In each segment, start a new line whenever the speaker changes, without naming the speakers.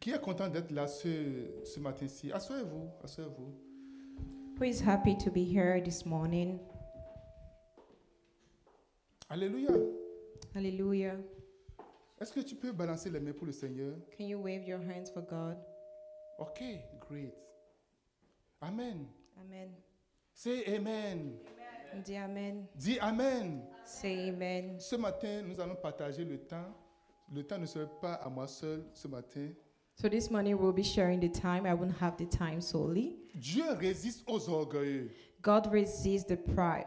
Qui est content d'être là ce, ce matin-ci Asseyez-vous, asseyez-vous.
Who is happy to be here this morning?
Alléluia.
Hallelujah.
Est-ce que tu peux balancer les mains pour le Seigneur
Can you wave your hands for God?
Ok, great. Amen.
Amen.
Say amen.
Dis Amen.
Dis amen.
Say Amen.
Ce matin, nous allons partager le temps. Le temps ne sera pas à moi seul ce matin.
So this morning we'll be sharing the time. I won't have the time solely.
Dieu résiste aux orgueilleux.
God resists the pride.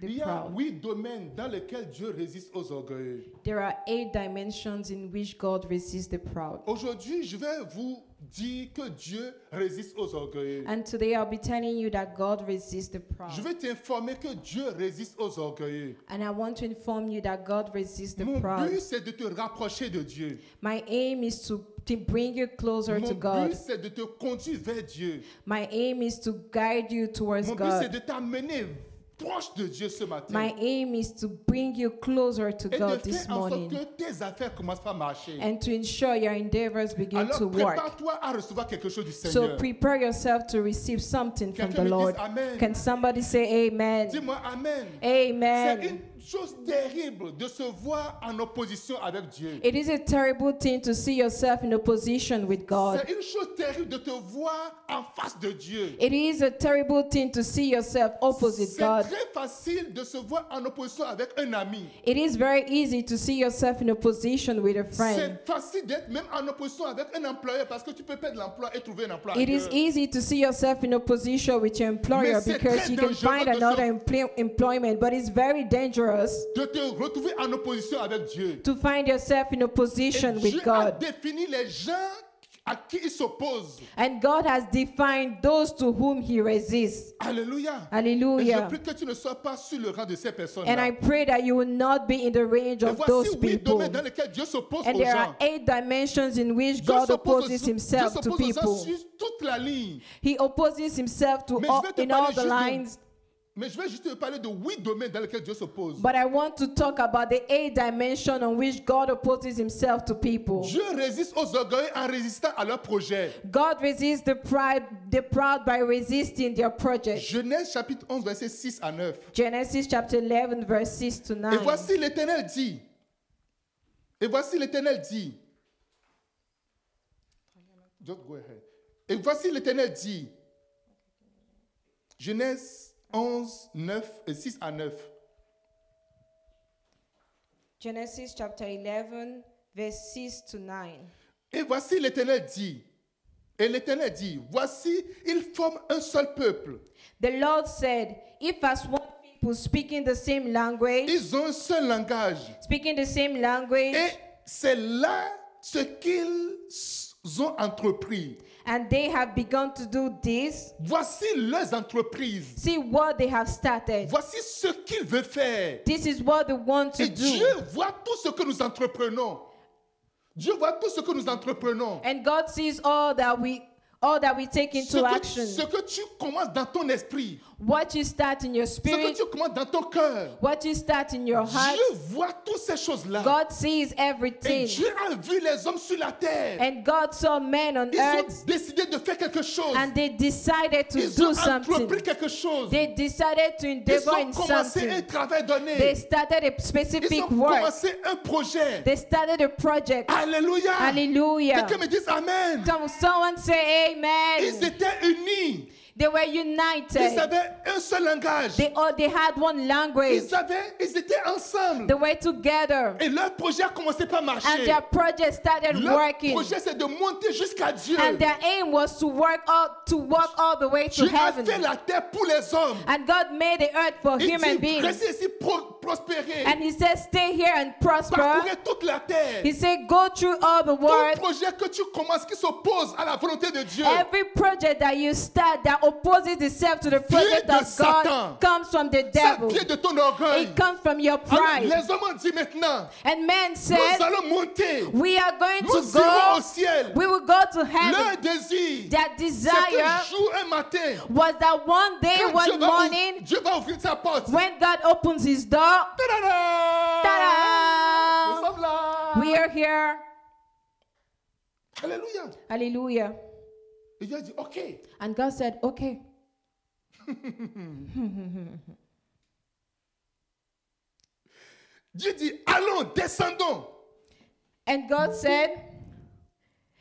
Il
The
y a
proud.
huit domaines dans lesquels Dieu résiste aux orgueilleux.
There are eight dimensions in which God resists the proud.
Aujourd'hui, je vais vous dire que Dieu résiste aux orgueilleux.
And today I'll be telling you that God resists the
Je
proud.
vais t'informer que Dieu résiste aux orgueilleux.
And I want to inform you that God resists the
Mon
proud.
but, c'est de te rapprocher de Dieu.
My aim is to, to bring you closer
Mon
to God.
but, c'est de te conduire vers Dieu.
My aim is to guide you towards
Mon but, c'est
God.
de t'amener proche de Dieu ce matin.
My aim is to bring you closer to
Et de
God this
faire en sorte
morning
que tes affaires commencent à marcher.
and to ensure your endeavors begin to
Alors,
work.
prépare-toi à recevoir quelque chose du
So
Seigneur.
prepare yourself to receive something from the
Quelqu'un me
Lord.
dise Amen.
Can somebody say amen?
Dis-moi Amen. C'est
Amen.
une chose terrible de se voir en opposition avec Dieu.
It is a terrible thing to see yourself in opposition with God.
C'est une chose terrible de te voir en face de Dieu.
It is a terrible thing to see yourself
C'est
opposite God.
très facile de se voir en opposition avec un ami.
It is very easy to see yourself in opposition with a friend.
C'est facile d'être même en opposition avec un employeur parce que tu peux perdre l'emploi et trouver un emploi.
It is
ailleurs.
easy to see yourself in opposition with your employer
Mais c'est
because
très
you can
dangereux
find
de se-
another empl- employment, but it's very dangerous
de te retrouver en opposition avec Dieu.
to find yourself in
Et
opposition
Dieu
with
a
God.
défini les gens à qui il s'oppose.
And God has defined those to whom He resists.
Alléluia. Et je
Hallelujah.
prie que tu ne sois pas sur le rang de ces personnes.
And I pray that you will not be in the range
Et
of those
voici huit
people.
domaines dans lesquels Dieu s'oppose
And
aux
there are
gens.
eight dimensions in which
Dieu
God
s'oppose aux- Dieu
opposes Himself to
s'oppose aux gens
people.
sur toute la ligne.
He opposes Himself to
Mais je
all,
vais te
in all
parler
the
juste de-
lines.
Mais je vais juste te parler de huit domaines dans lesquels Dieu s'oppose.
But I want to talk about the eight dimension on which God opposes himself to people.
Dieu résiste aux orgueilleux en résistant à leurs projets.
God resists the pride, the proud by resisting their project.
Genèse chapitre 11, verset 6 à 9.
Genesis chapter 11 verse 6 to
Et
9.
voici l'Éternel dit. Et voici l'Éternel dit. Just go ahead. Et voici l'Éternel dit. Genèse 11, 9 et 6 à 9.
Genesis chapter 11 verse 6 to 9.
Et voici l'Éternel dit. Et l'Éternel dit, voici, ils forment un seul peuple.
The Lord said, if as one people speaking the same language,
Ils ont un seul langage.
speaking the same language,
Et c'est là ce qu'ils ont entrepris.
and they have begun to do this,
Voici leurs entreprises.
see what they have started.
Voici ce qu'il veut faire.
This is what they want to
Et
do.
Dieu voit tout ce que nous entreprenons. Dieu voit tout ce que nous entreprenons.
And God sees all that we all that we take
Ce
into
que,
action.
ce que tu commences dans ton esprit,
what you start in your
ce que
spirit,
tu commences dans ton cœur,
what you start in your heart,
Dieu voit toutes ces choses-là.
God sees
Et
everything.
Dieu a vu les hommes sur la terre.
and God saw men on
Ils
earth
ont décidé de faire quelque chose.
and they decided to
Ils
do
ont entrepris
something.
quelque chose.
They decided to
Ils
endeavor
ont
in
commencé un
something.
travail
They
donné.
started a
Ils
specific
ont
work.
commencé un projet.
They started a project.
"Ah, Alléluia.
Hallelujah.
Quelqu'un me dise Amen.
Come, someone say amen.
Ils étaient unis.
they were
Ils
united.
avaient un seul langage.
They all they had one language.
Ils, avaient, ils étaient ensemble.
They were together.
Et leur projet a commencé par marcher.
and their project started
Leur
working.
projet, c'est de monter jusqu'à Dieu.
And their aim was to work all to walk all the way to
Dieu a
heaven.
fait la terre pour les hommes.
And God made the earth for
Il
human
dit,
beings.
restez ici, pro- prospérez.
And He says, "Stay here and prosper."
Parcourez toute la terre.
He said, "Go through all the
Tout
world."
projet que tu commences qui s'oppose à la volonté de Dieu.
Every project that you start that opposes itself to the project
de
of
Satan.
God comes from the
Ça
devil.
vient de ton orgueil.
It comes from your
Alors,
pride.
les hommes ont dit maintenant,
And man
nous
said,
allons monter.
"We are going
Nous irons
to
au
go.
ciel.
We will go to
Leur
heaven."
désir,
Their
c'est
desire
un jour, un matin,
was that one day,
quand Dieu
one
va ouvrir-
morning,
Dieu va ouvrir sa porte.
When God opens his door,
Ta-da-da!
ta-da!
Nous sommes là.
We are here.
Alléluia.
Hallelujah.
Et Dieu a dit, OK,
And God said, Okay,
Dieu dit, allons, descendons.
And God said,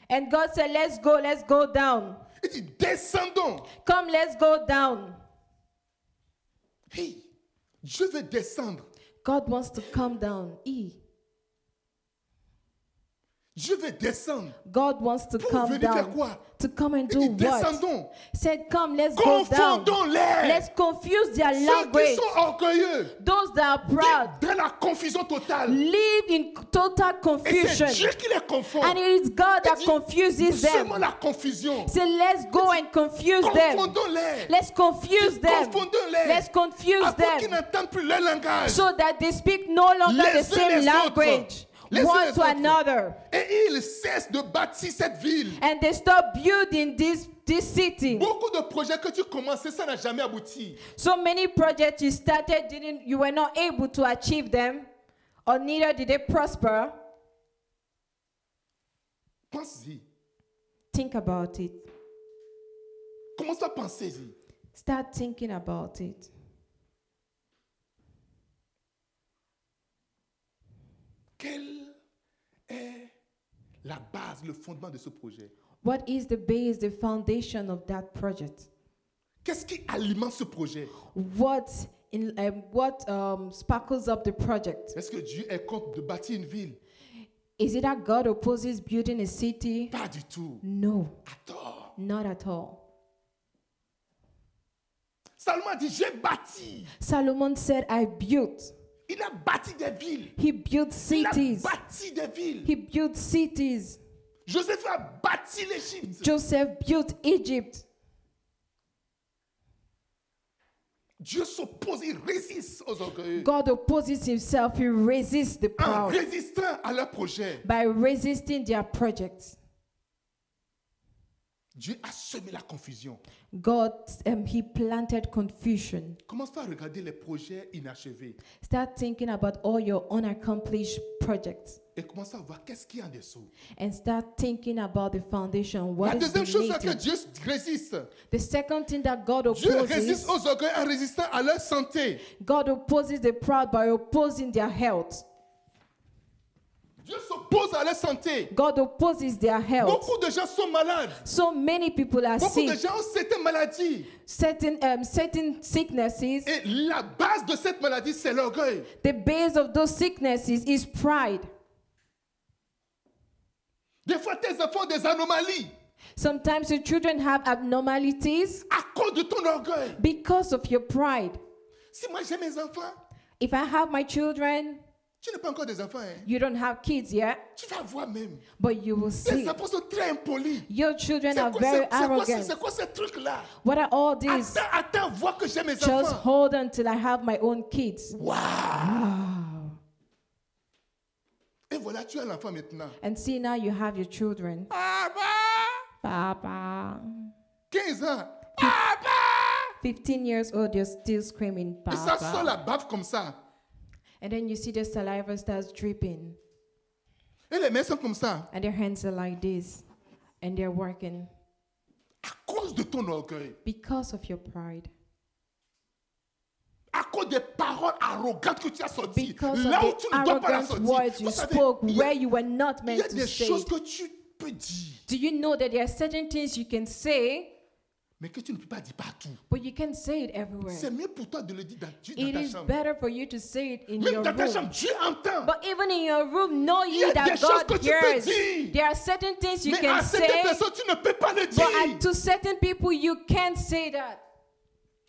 and God said, let's go, let's go down.
Il dit, descendons.
Come, let's go down.
Hey, Dieu veut descendre.
God wants to come down. E.
Dieu veut descendre.
God wants to
Pour
come
venir faire
down.
quoi?
To come
Il
and do
dit,
what?
descendons.
Said, come, let's go down.
Confondons l'air.
Let's confuse their
Ceux qui
language.
sont orgueilleux,
Those that are proud
dans la confusion totale.
live in total
Et c'est Dieu
confusion.
qui les confond.
And it is God that
dit,
confuses
Seulement
them.
la confusion.
Say, let's go and confuse them.
Confondons l'air.
Let's confuse them.
Confondons-les.
Let's confuse
Afin qu'ils
them.
n'entendent plus le langage.
so that they speak no longer
Les
the
uns
same
les autres.
language
Les uns
one
les
to
autres.
another
Et ils cessent de bâtir cette ville.
and they stop building this this city
Beaucoup de projets que tu commençais, ça n'a jamais abouti.
so many projects you started didn't you were not able to achieve them or neither did they prosper
Pense-y.
think about it
Commence à penser-y.
start thinking about it
Quelle est la base, le fondement de ce projet
what is the base the foundation of that project
Qu'est-ce qui alimente ce projet
what in um, what um, sparkles up the project
Est-ce que Dieu est contre de bâtir une ville
is it that god opposes building a city
Pas du tout.
no
À tort.
not at all
Salomon a dit J'ai bâti.
Solomon said, I built.
Il a bâti des villes.
He built
Il a
cities.
bâti des villes.
He built cities.
Joseph a bâti l'Égypte.
Joseph built Egypt.
Dieu s'oppose, il résiste aux orgueilleux.
God opposes himself. He resists the
En
proud
résistant à leur projet,
by resisting their projects.
Dieu a semé la confusion.
God, um, he planted confusion.
Commence pas à regarder les projets inachevés
Start thinking about all your unaccomplished projects
et commence à voir qu'est-ce qu'il y a en dessous.
and start thinking about the foundation.
La
What is
deuxième chose c'est que
donated.
Dieu résiste.
The second thing that God
Dieu résiste
opposes,
aux orgueils en résistant à leur santé.
God opposes the proud by opposing their health.
Dieu s'oppose à leur santé.
God opposes their health.
Beaucoup de gens sont malades.
So many people are
Beaucoup de
sick,
gens ont certaines maladies.
certain, um, certain sicknesses.
Et la base de cette maladie, c'est l'orgueil.
The base of those sicknesses is pride.
Des fois, tes enfants ont des anomalies
Sometimes your children have abnormalities
à cause de ton orgueil.
because of your pride.
Si moi j'ai mes enfants,
If I have my children,
tu n'es pas encore des enfants. hein.
you don't have kids yet,
Tu vas voir même.
but you will
Les
see.
enfants sont très impolis.
Your children
C'est
are
quoi,
very
c'est- c'est quoi, ce-
arrogant.
c'est quoi ce truc-là
What are all these?
Attends, attends, vois que j'ai mes
Just
enfants.
hold on till I have my own kids.
Waouh
Wow.
Et voilà, tu as l'enfant maintenant.
And see, now you have your children.
Papa
Papa.
15 ans. Papa
15 years old, you're still screaming,
Et ça sort
Papa.
la bave comme ça.
And then you see the saliva starts dripping,
Et les mains sont comme ça.
and their hands are like this, and they're working
À cause de ton orgueil.
because of your pride.
À cause des paroles arrogantes que tu as sorties.
Because
là où
of
tu
the
ne dois pas la
arrogant
sortir.
words you
Vous savez,
spoke
il y a,
where you were not
il y a
meant to
des
say.
choses que tu peux dire,
Do you know that there are certain things you can say,
mais que tu ne peux pas dire partout.
but you can't say it everywhere?
C'est mieux pour toi de le dire dans, tu- dans
It
ta
is
chambre.
better for you to say it in
Même
your
dans ta chambre,
room.
Dieu entend.
But even in your room, know
y a
ye that
des choses que
God
tu peux
hears.
dire.
There are certain things you
Mais à
can
certaines
say,
personnes, tu ne peux pas le
but at-
dire.
to certain people, you can't say that.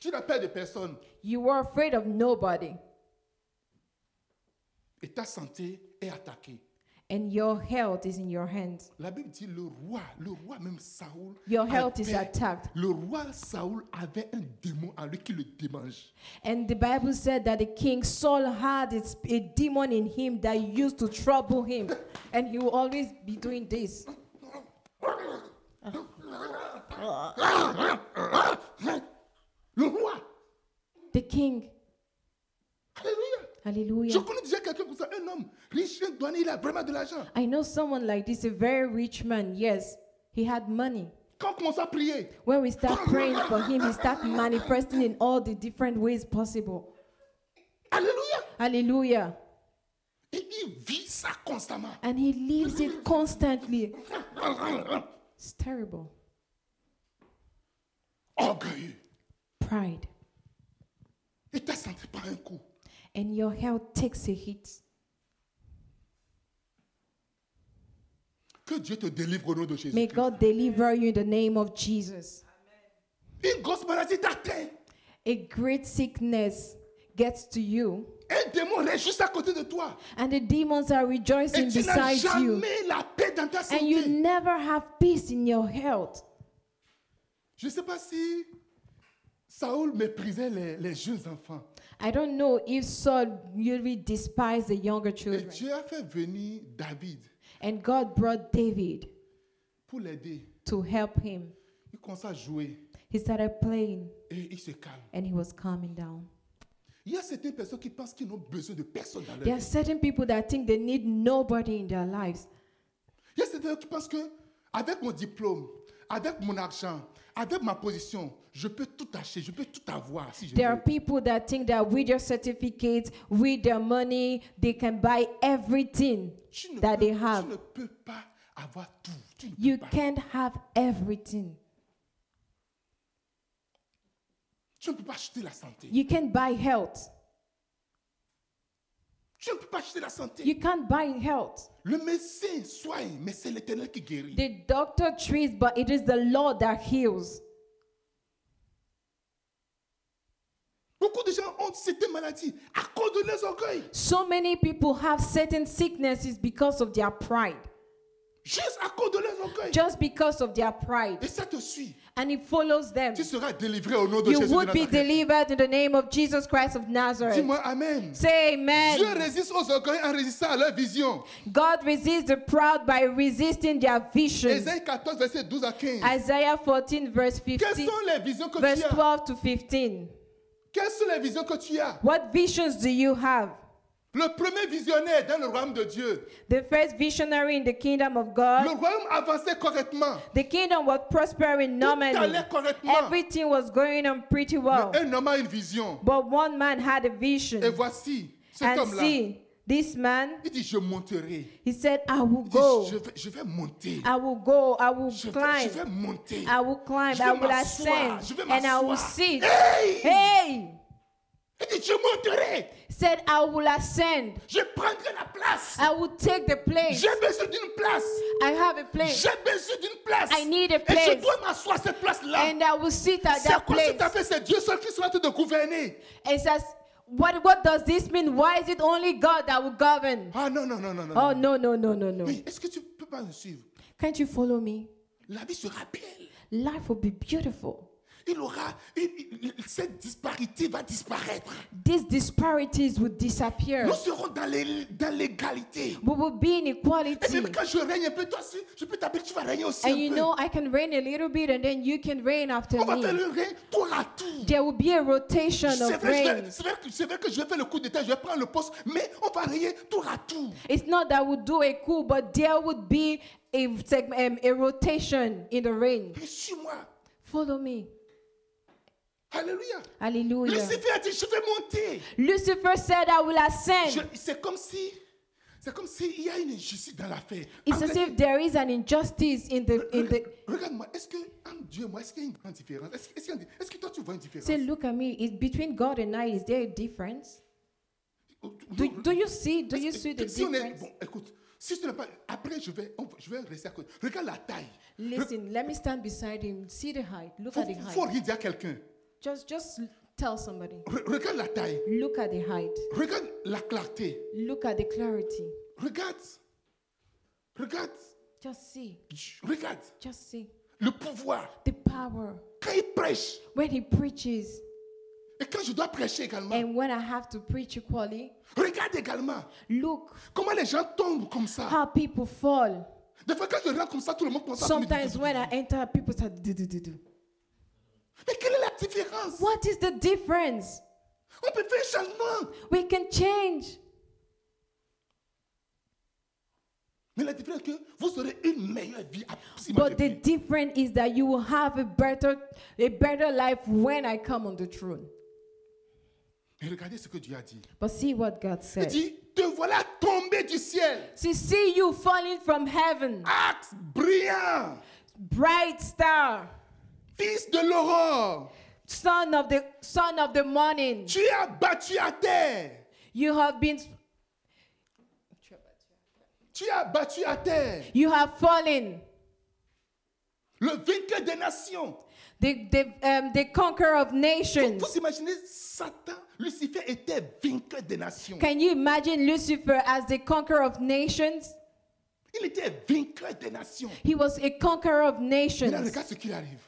Tu n'as peur de personne.
You were afraid of nobody,
Et ta santé est attaquée.
and your health is in your hands.
La Bible dit le roi, le roi même Saoul.
Your
avait-
health is attacked.
Le roi Saoul avait un démon en lui qui le démange.
And the Bible said that the king Saul had a sp- a demon in him that used to trouble him, and he will always be doing this.
Le roi.
The king,
Alléluia. Je
hallelujah.
connais déjà quelqu'un comme ça, un homme riche, un douanier, il a vraiment de l'argent.
I know someone like this, a very rich man. Yes, he had money.
Quand on commence à prier,
When we start praying for him, he starts manifesting in all the different ways possible.
Alléluia,
Hallelujah.
et il vit ça constamment.
And he lives it constantly. It's terrible.
Orgueilleux.
Pride.
Et t'as senti par un coup.
And your health takes a hit.
Que Dieu te délivre au nom de Jésus.
May God deliver you in the name of Jesus.
Une grosse maladie t'atteint.
A great sickness gets to you,
Un démon reste juste à côté de toi.
and the demons are
Et
rejoicing
tu n'as
beside you.
jamais la paix dans ta
And you
santé.
never have peace in your health.
Je ne sais pas si Saoul méprisait les, les jeunes enfants.
I don't know if Saul really despised the younger
Et
children.
Dieu a fait venir David
And God brought David
pour l'aider.
to help him.
Il commence à jouer
He started playing
et il se calme.
and he was calming down.
Il y a certaines personnes qui pensent qu'ils n'ont besoin de personne dans leur
There are
vie.
certain people that think they need nobody in their lives.
Il y a certaines personnes qui pensent que avec mon diplôme, avec mon argent, avec ma position, je peux tout acheter, je peux tout avoir si je
There are
veux.
people that think that with their certificates, with their money, they can buy everything
Tu ne,
that
peux,
they have.
tu ne peux pas avoir tout. Tu ne peux
You
pas.
can't have everything.
Tu ne peux pas acheter la santé.
You can't buy health.
Tu ne peux pas acheter la santé.
You can't buy health.
Le médecin soigne, mais c'est l'éternel qui guérit.
The doctor treats, but it is the Lord that heals.
Beaucoup de gens ont cette maladie à cause de leurs orgueils.
So many people have certain sicknesses because of their pride.
Juste à cause de leurs orgueils.
Just because of their
Et
pride.
ça te suit.
And it follows them.
Tu seras délivré au nom de
You
Jésus. de
would be
Nazareth.
delivered in the name of Jesus Christ of Nazareth.
Dis-moi Amen.
Say amen.
Dieu résiste aux orgueils en résistant à leur vision.
God resists the proud by resisting their visions.
Ésaïe 14, verset 12 à 15.
Isaiah 14, verse 15,
Quelles sont les visions que
verse
tu as
12 to 15.
Quelles sont les visions que tu as
What visions do you have?
Le premier visionnaire dans le royaume de Dieu.
The first visionary in the kingdom of
Le
God.
royaume avançait correctement.
The kingdom was prospering normally.
allait correctement.
Everything was going on pretty well.
Mais un homme a une vision.
But one man had a
Et
vision.
voici cet
And
homme-là.
see, this man,
Il dit, je monterai.
he said, I
Il
will
dit,
go.
je, vais, je vais monter.
I will go. I will
Je vais,
climb.
je vais monter.
I will climb.
Je
I
vais
will
m'asseoir.
ascend.
Je vais
And I will
m'asseoir.
sit.
Hey!
Hey!
Il dit, je monterai.
said, I will ascend.
Je prendrai la place.
I will take the place.
J'ai besoin d'une place.
I have a place.
J'ai besoin d'une place.
I need a
Et
place.
je dois m'asseoir à cette place-là.
And I will sit at
C'est
that
quoi
place.
cet appel C'est Dieu seul qui sera te de gouverner.
It says, what, what does this mean? Why is it only God that will govern?
Ah non, non, non, non, non.
Oh,
non.
no, no, no, no, no.
Oui, est-ce que tu peux pas me suivre
Can't you follow me?
La vie sera belle.
Life will be beautiful.
Il aura. il- il- cette disparité va disparaître.
These disparities will disappear.
Nous serons dans les- dans l'égalité.
We will be in
Et
equality.
même quand je règne un peu, toi aussi, je peux t'appeler, tu vas régner aussi.
And
un
you
peu.
know, I can reign a little bit and then you can reign after
On va faire
me.
le règne tour à tour.
There will be a rotation
C'est vrai,
of
je vais-
reigns.
c'est vrai, que- c'est vrai que je vais faire le coup d'état, je vais prendre le poste, mais on va régner tour à tour.
It's not that we'll do a coup, but there would be a, seg- um, a rotation in the rain.
Mais suis-moi.
Follow me.
Alléluia.
Hallelujah.
Lucifer a dit, je vais monter.
Lucifer said, I will ascend.
Je- C'est comme si, c'est comme s'il y a une injustice dans l'affaire.
It's as
Entre-
if there is an injustice in the in the
Regarde-moi, est-ce que entre Dieu et moi, est-ce qu'il y a une grande différence Est-ce est-ce qu'il y a une- est-ce que toi tu vois une différence
say look at me. It's between God and I, is there a difference?
Oh,
Do, do you see? Do you
Est-ce que-
see the
si on est,
difference?
bon, écoute, si tu n'as pas, après je vais, on va- je vais rester à côté. Regarde la taille.
Listen, let me stand beside him. See the height. Look
Faut,
at the
faut
height.
rien dire à quelqu'un.
Just just tell somebody.
Re- regarde la taille.
Look at the height.
Regarde la clarté.
Look at the clarity.
Regarde. Regarde.
Just see.
Ch- Regarde.
Just see.
Le pouvoir.
The power.
Quand il prêche,
When he preaches.
et quand je dois prêcher également,
And when I have to preach equally,
regarde également
look
comment les gens tombent comme ça.
how people fall.
Des fois, quand je rentre comme ça, tout le monde pense ça.
Sometimes when I enter, people start do do do do.
Mais quelle est la différence
What is the difference?
On peut faire un changement.
We can change.
Mais la différence est que vous aurez une meilleure vie à si moi, je
But the
prie.
difference is that you will have a better, a better life when I come on the throne.
Et regardez ce que Dieu a dit.
But see what God
Il
said.
dit, te voilà tombé du ciel.
To see you falling from heaven,
Axe brillant,
bright star,
fils de l'aurore.
son of the son of the morning,
Tu as battu à terre.
you have been,
Tu as battu à terre.
you have fallen,
Le vainqueur des nations.
the the, um, the conqueror of nations.
Vous imaginez, Satan, Lucifer était vainqueur des nations.
Can you imagine Lucifer as the conqueror of nations?
Il était vainqueur des nations.
He was a conqueror of
Maintenant,
nations.
regarde ce qui arrive.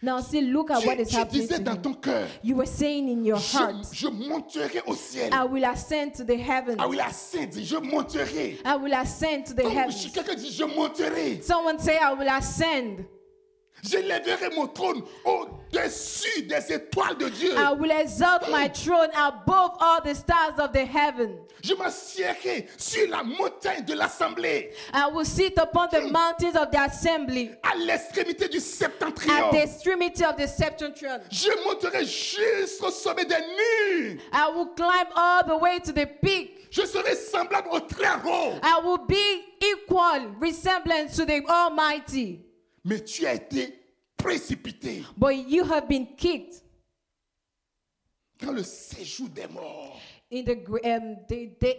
Now see, look at
Tu,
Ah, what is
tu
happening
disais
to
dans
him.
ton cœur,
You were saying in your heart, Ah,
je, je monterai au ciel.
I will ascend to the heavens.
Ah oui, la sainte dit, je monterai.
I will ascend to the
Comme
heavens.
si quelqu'un dit, je monterai.
Someone say, I will ascend.
J'élèverai mon trône au-dessus des étoiles de Dieu.
I will exalt my throne above all the stars of the heaven.
Je m'assiérai sur la montagne de l'assemblée,
I will sit upon the mountains of the assembly
à l'extrémité du
at
septentrion.
the extremity of the septentrion.
Je monterai jusqu'au sommet des nues.
I will climb all the way to the peak.
Je serai semblable au très-haut.
I will be equal resemblance to the Almighty.
Mais tu as été précipité
But you have been kicked
dans le séjour des morts,
in the, gr- um, the, the,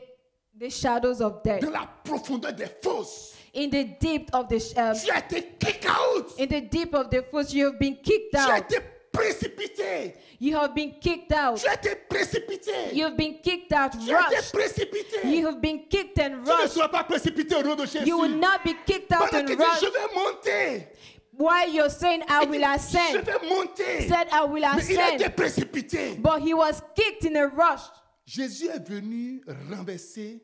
the shadows of death,
dans la profondeur des fosses.
in the deep of the sh- um,
Tu as été kick out.
in the deep of the foot. You have been kicked
Tu as
out.
été précipité.
You have been kicked out.
Tu as été précipité.
You've been kicked out,
Tu as été
rushed.
précipité.
You have been kicked and
Tu ne
rushed.
seras pas précipité au nom de Jésus.
You will not be kicked out
Pendant que tu
and rushed.
dis, je vais monter.
While you're saying, I
Il dit,
will
Je
ascend,
vais monter.
said, I will
Mais il a été
ascend.
précipité.
But he was kicked in a rush.
Jésus est venu renverser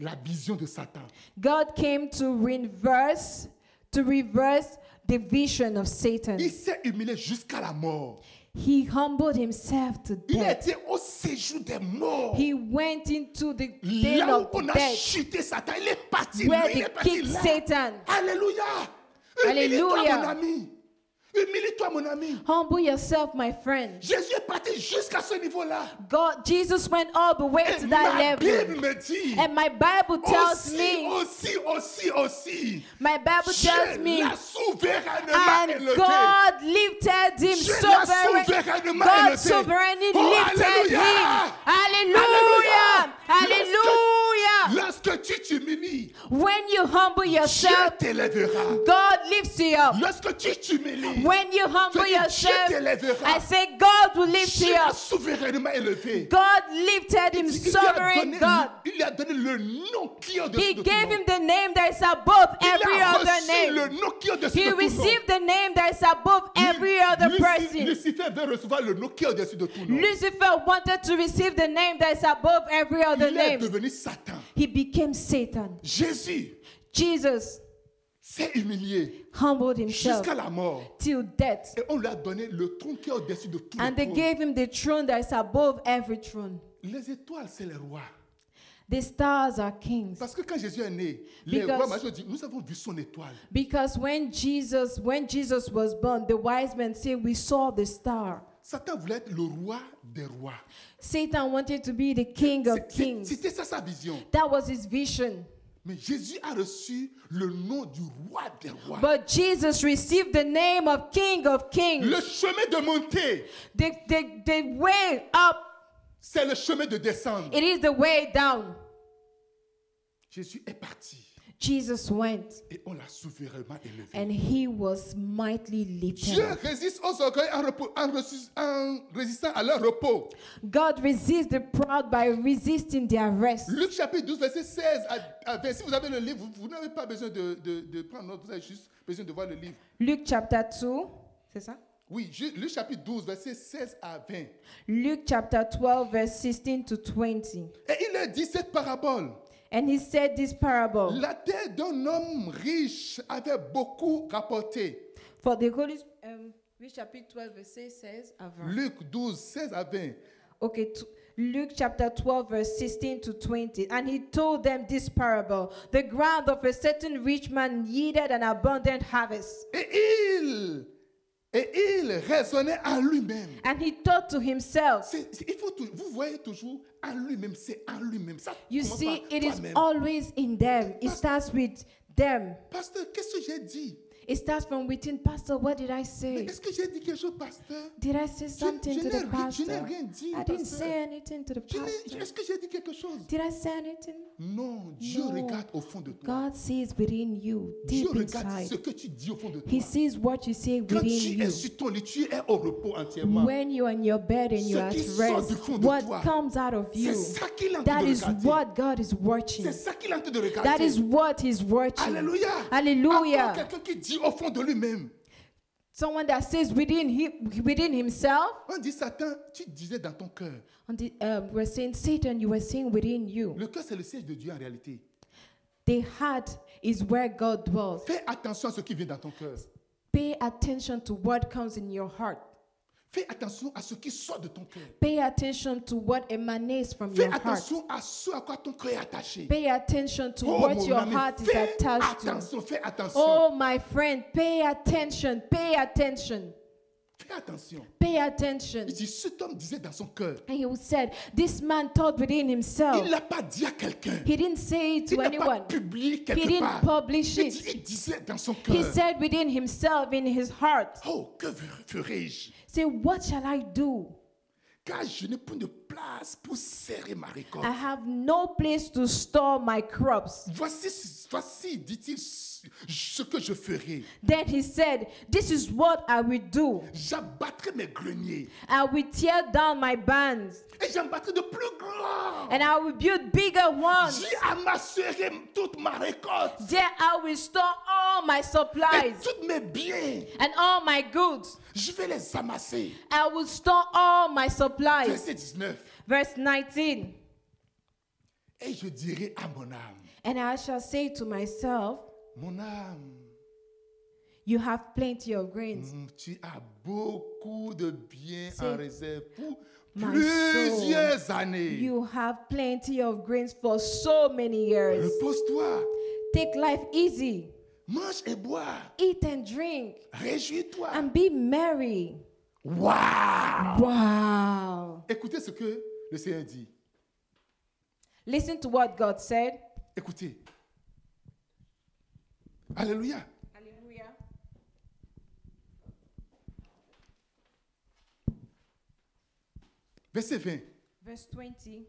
la vision de Satan.
God came to reverse, to reverse the vision of
Il
Satan.
s'est humilié jusqu'à la mort.
He humbled himself to
Il a
death.
été au séjour des morts.
He went into the den
Là où
of
on a
death.
chuté Satan, il est parti.
Where
là, il
they
est parti
kicked
là.
Satan.
Alléluia. Humilie-toi,
Alléluia.
mon ami. Humilie-toi, mon ami.
Humble yourself, my friend.
Jésus est parti jusqu'à ce niveau-là.
God, Jesus went all the way
Et
to
ma
that level.
Bible me dit.
And my Bible
Oh,
tells
aussi,
me
aussi, aussi, aussi.
My Bible tells
Dieu
me,
l'a souverainement
and
élevé.
God lifted him
Dieu l'a
sovereign.
souverainement
God
élevé.
sovereignly
Oh,
lifted
alléluia.
him. Hallelujah!
Alléluia.
Hallelujah! Oh,
Lorsque tu t'humilies,
When you humble
Dieu
yourself,
t'élèvera.
God lifts you up.
Lorsque tu t'humilies,
When you humble
Dieu
yourself,
t'élèvera.
I say, God will lift
Dieu
you
l'a
up.
souverainement élevé.
God lifted him,
Il lui a
sovereign
donné-
God.
il lui a donné le nom qui est au-dessus
He
de tout
gave
nom.
him the name that is above every
il a
other
reçu le
name.
nom qui est au-dessus de tout
He
nom.
received the name that is above every
Lu-
other
Luci-
person.
Lucifer veut recevoir le nom qui est au-dessus de tout nom.
Lucifer wanted to receive the name that is above every other
Il est
name.
devenu Satan.
He became Satan.
Jésus
Jesus
s'est humilié
humbled himself
jusqu'à la mort.
till death.
Et on lui a donné le trône qui est au-dessus de tout
And
le
they
trône.
gave him the throne that is above every throne.
Les étoiles, c'est les rois.
The stars are kings.
Parce que quand Jésus est né, les
Because-
rois majeurs disent, nous avons vu son étoile.
Because when Jesus, when Jesus was born, the wise men say, We saw the star.
Satan voulait être le roi des rois.
Satan wanted to be the king
C'est-
of
c'est-
kings.
C'était ça sa vision.
That was his vision.
Mais Jésus a reçu le nom du roi des rois.
But Jesus received the name of King of Kings.
Le chemin de monter,
The, the, the way up
c'est le chemin de descendre.
It is the way down.
Jésus est parti
Jesus went
et on l'a souverainement élevé.
and he was mightily lifted.
Dieu
up.
résiste aux orgueils en, repos- en reçu- en résistant à leur repos.
God resists the proud by resisting their rest.
Luc chapitre 12, verset 16 à, à 20. Si vous avez le livre, vous, vous n'avez pas besoin de, de- de prendre note, vous avez juste besoin de voir le livre.
Luke chapter 2, c'est ça?
Oui, ju- Luc chapitre 12, verset 16 à 20. Et
Luke chapter 12, verse 16 to 20.
il leur dit cette parabole.
And he said this parable
La terre d'un homme riche avait beaucoup rapporté.
for the Holy um, Luke chapter 12, verse 16 à 20.
Luc 12, 16 à 20.
Okay, t- Luke chapter 12, verse 16 to 20. And he told them this parable The ground of a certain rich man yielded an abundant harvest.
Et il, et il raisonnait à lui-même.
And he thought to himself,
C'est- c'est- il faut tou- vous voyez toujours à lui-même, c'est à lui-même. Ça
You
commence
see,
par
it is
toi-même.
always in them. It starts with them.
Pasteur, qu'est-ce que j'ai dit
It starts from within. Pastor, what did I
Mais
say?
Est-ce que j'ai dit quelque chose, pasteur
Did I say something
je
to
n'ai ri-
the
je
pastor?
n'ai rien dit,
I didn't
pasteur.
say anything to the
Je n'ai-
pastor.
Est-ce que j'ai dit quelque chose
Did I say anything?
Non, Dieu
No.
regarde au fond de toi.
God sees within you,
Dieu
deep
regarde
inside.
ce que tu dis au fond de toi.
He sees what you say
Quand
within
tu es
you.
sur ton lit, tu es au repos entièrement.
When you are in your bed and you
Ce
are at
qui sort
rest,
du fond de toi,
what comes out of
C'est
you,
ça qu'il est en train
that
de
is
regarder.
what God is watching.
C'est ça qu'il est en train de
That
regarder.
is what He's watching.
Alléluia.
Alléluia.
Attends, quelqu'un qui dit au fond de lui-même.
Someone that says within him, within himself,
On dit Satan, tu disais dans ton cœur.
And the, uh, we're saying, Satan, you were saying within you.
Le cœur, c'est le siège de Dieu en réalité.
The heart is where God dwells.
Fais attention à ce qui vient dans ton cœur.
Pay attention to what comes in your heart.
Fais attention à ce qui sort de ton cœur.
Pay attention to what emanates from
Fais
your heart.
attention à ce à quoi ton cœur est attaché.
Pay attention to
Oh,
what
mon
your
ami,
heart is
fais
attached to.
attention, fais attention.
Oh, my friend, pay attention, pay attention,
Fais attention.
pay attention.
Il dit, cet homme disait dans son cœur.
And he said, This man thought within himself.
Il l'a pas dit à quelqu'un.
He didn't say it
Il n'a
Oh. to
pas
anyone,
publié
he
quelque
didn't
part.
publish
Il, dit-
it.
il disait dans son
He
cœur.
said within himself, in his heart,
Oh, que fer- ferai-je
Say, What shall I do?
Car je n'ai point de place pour serrer ma récolte.
I have no place to store my crops.
Voici, voici, dit-il, ce que je ferai.
Then he said, This is what I will do.
J'abattrai mes greniers
I will tear down my barns
et j'en battrai de plus grands.
and I will build bigger ones.
J'y amasserai toute ma récolte
There I will store all my
et
supplies
tous mes biens.
and all my goods.
Je vais les amasser.
I will store all my supplies.
Verset 19.
Verse 19.
Et je dirai à mon âme,
And I shall say to myself,
mon âme,
You have plenty of grains.
mm, tu as beaucoup de biens en
C'est-
réserve pour
My
plusieurs années.
You have plenty of grains for so many years.
Repose-toi,
Take life easy.
mange et bois,
Eat and drink.
réjouis-toi.
and be merry.
Waouh!
Wow.
Écoutez ce que le Seigneur dit.
Listen to what God said.
Écoutez. Alléluia.
Hallelujah.
Verset 20.
Verse 20.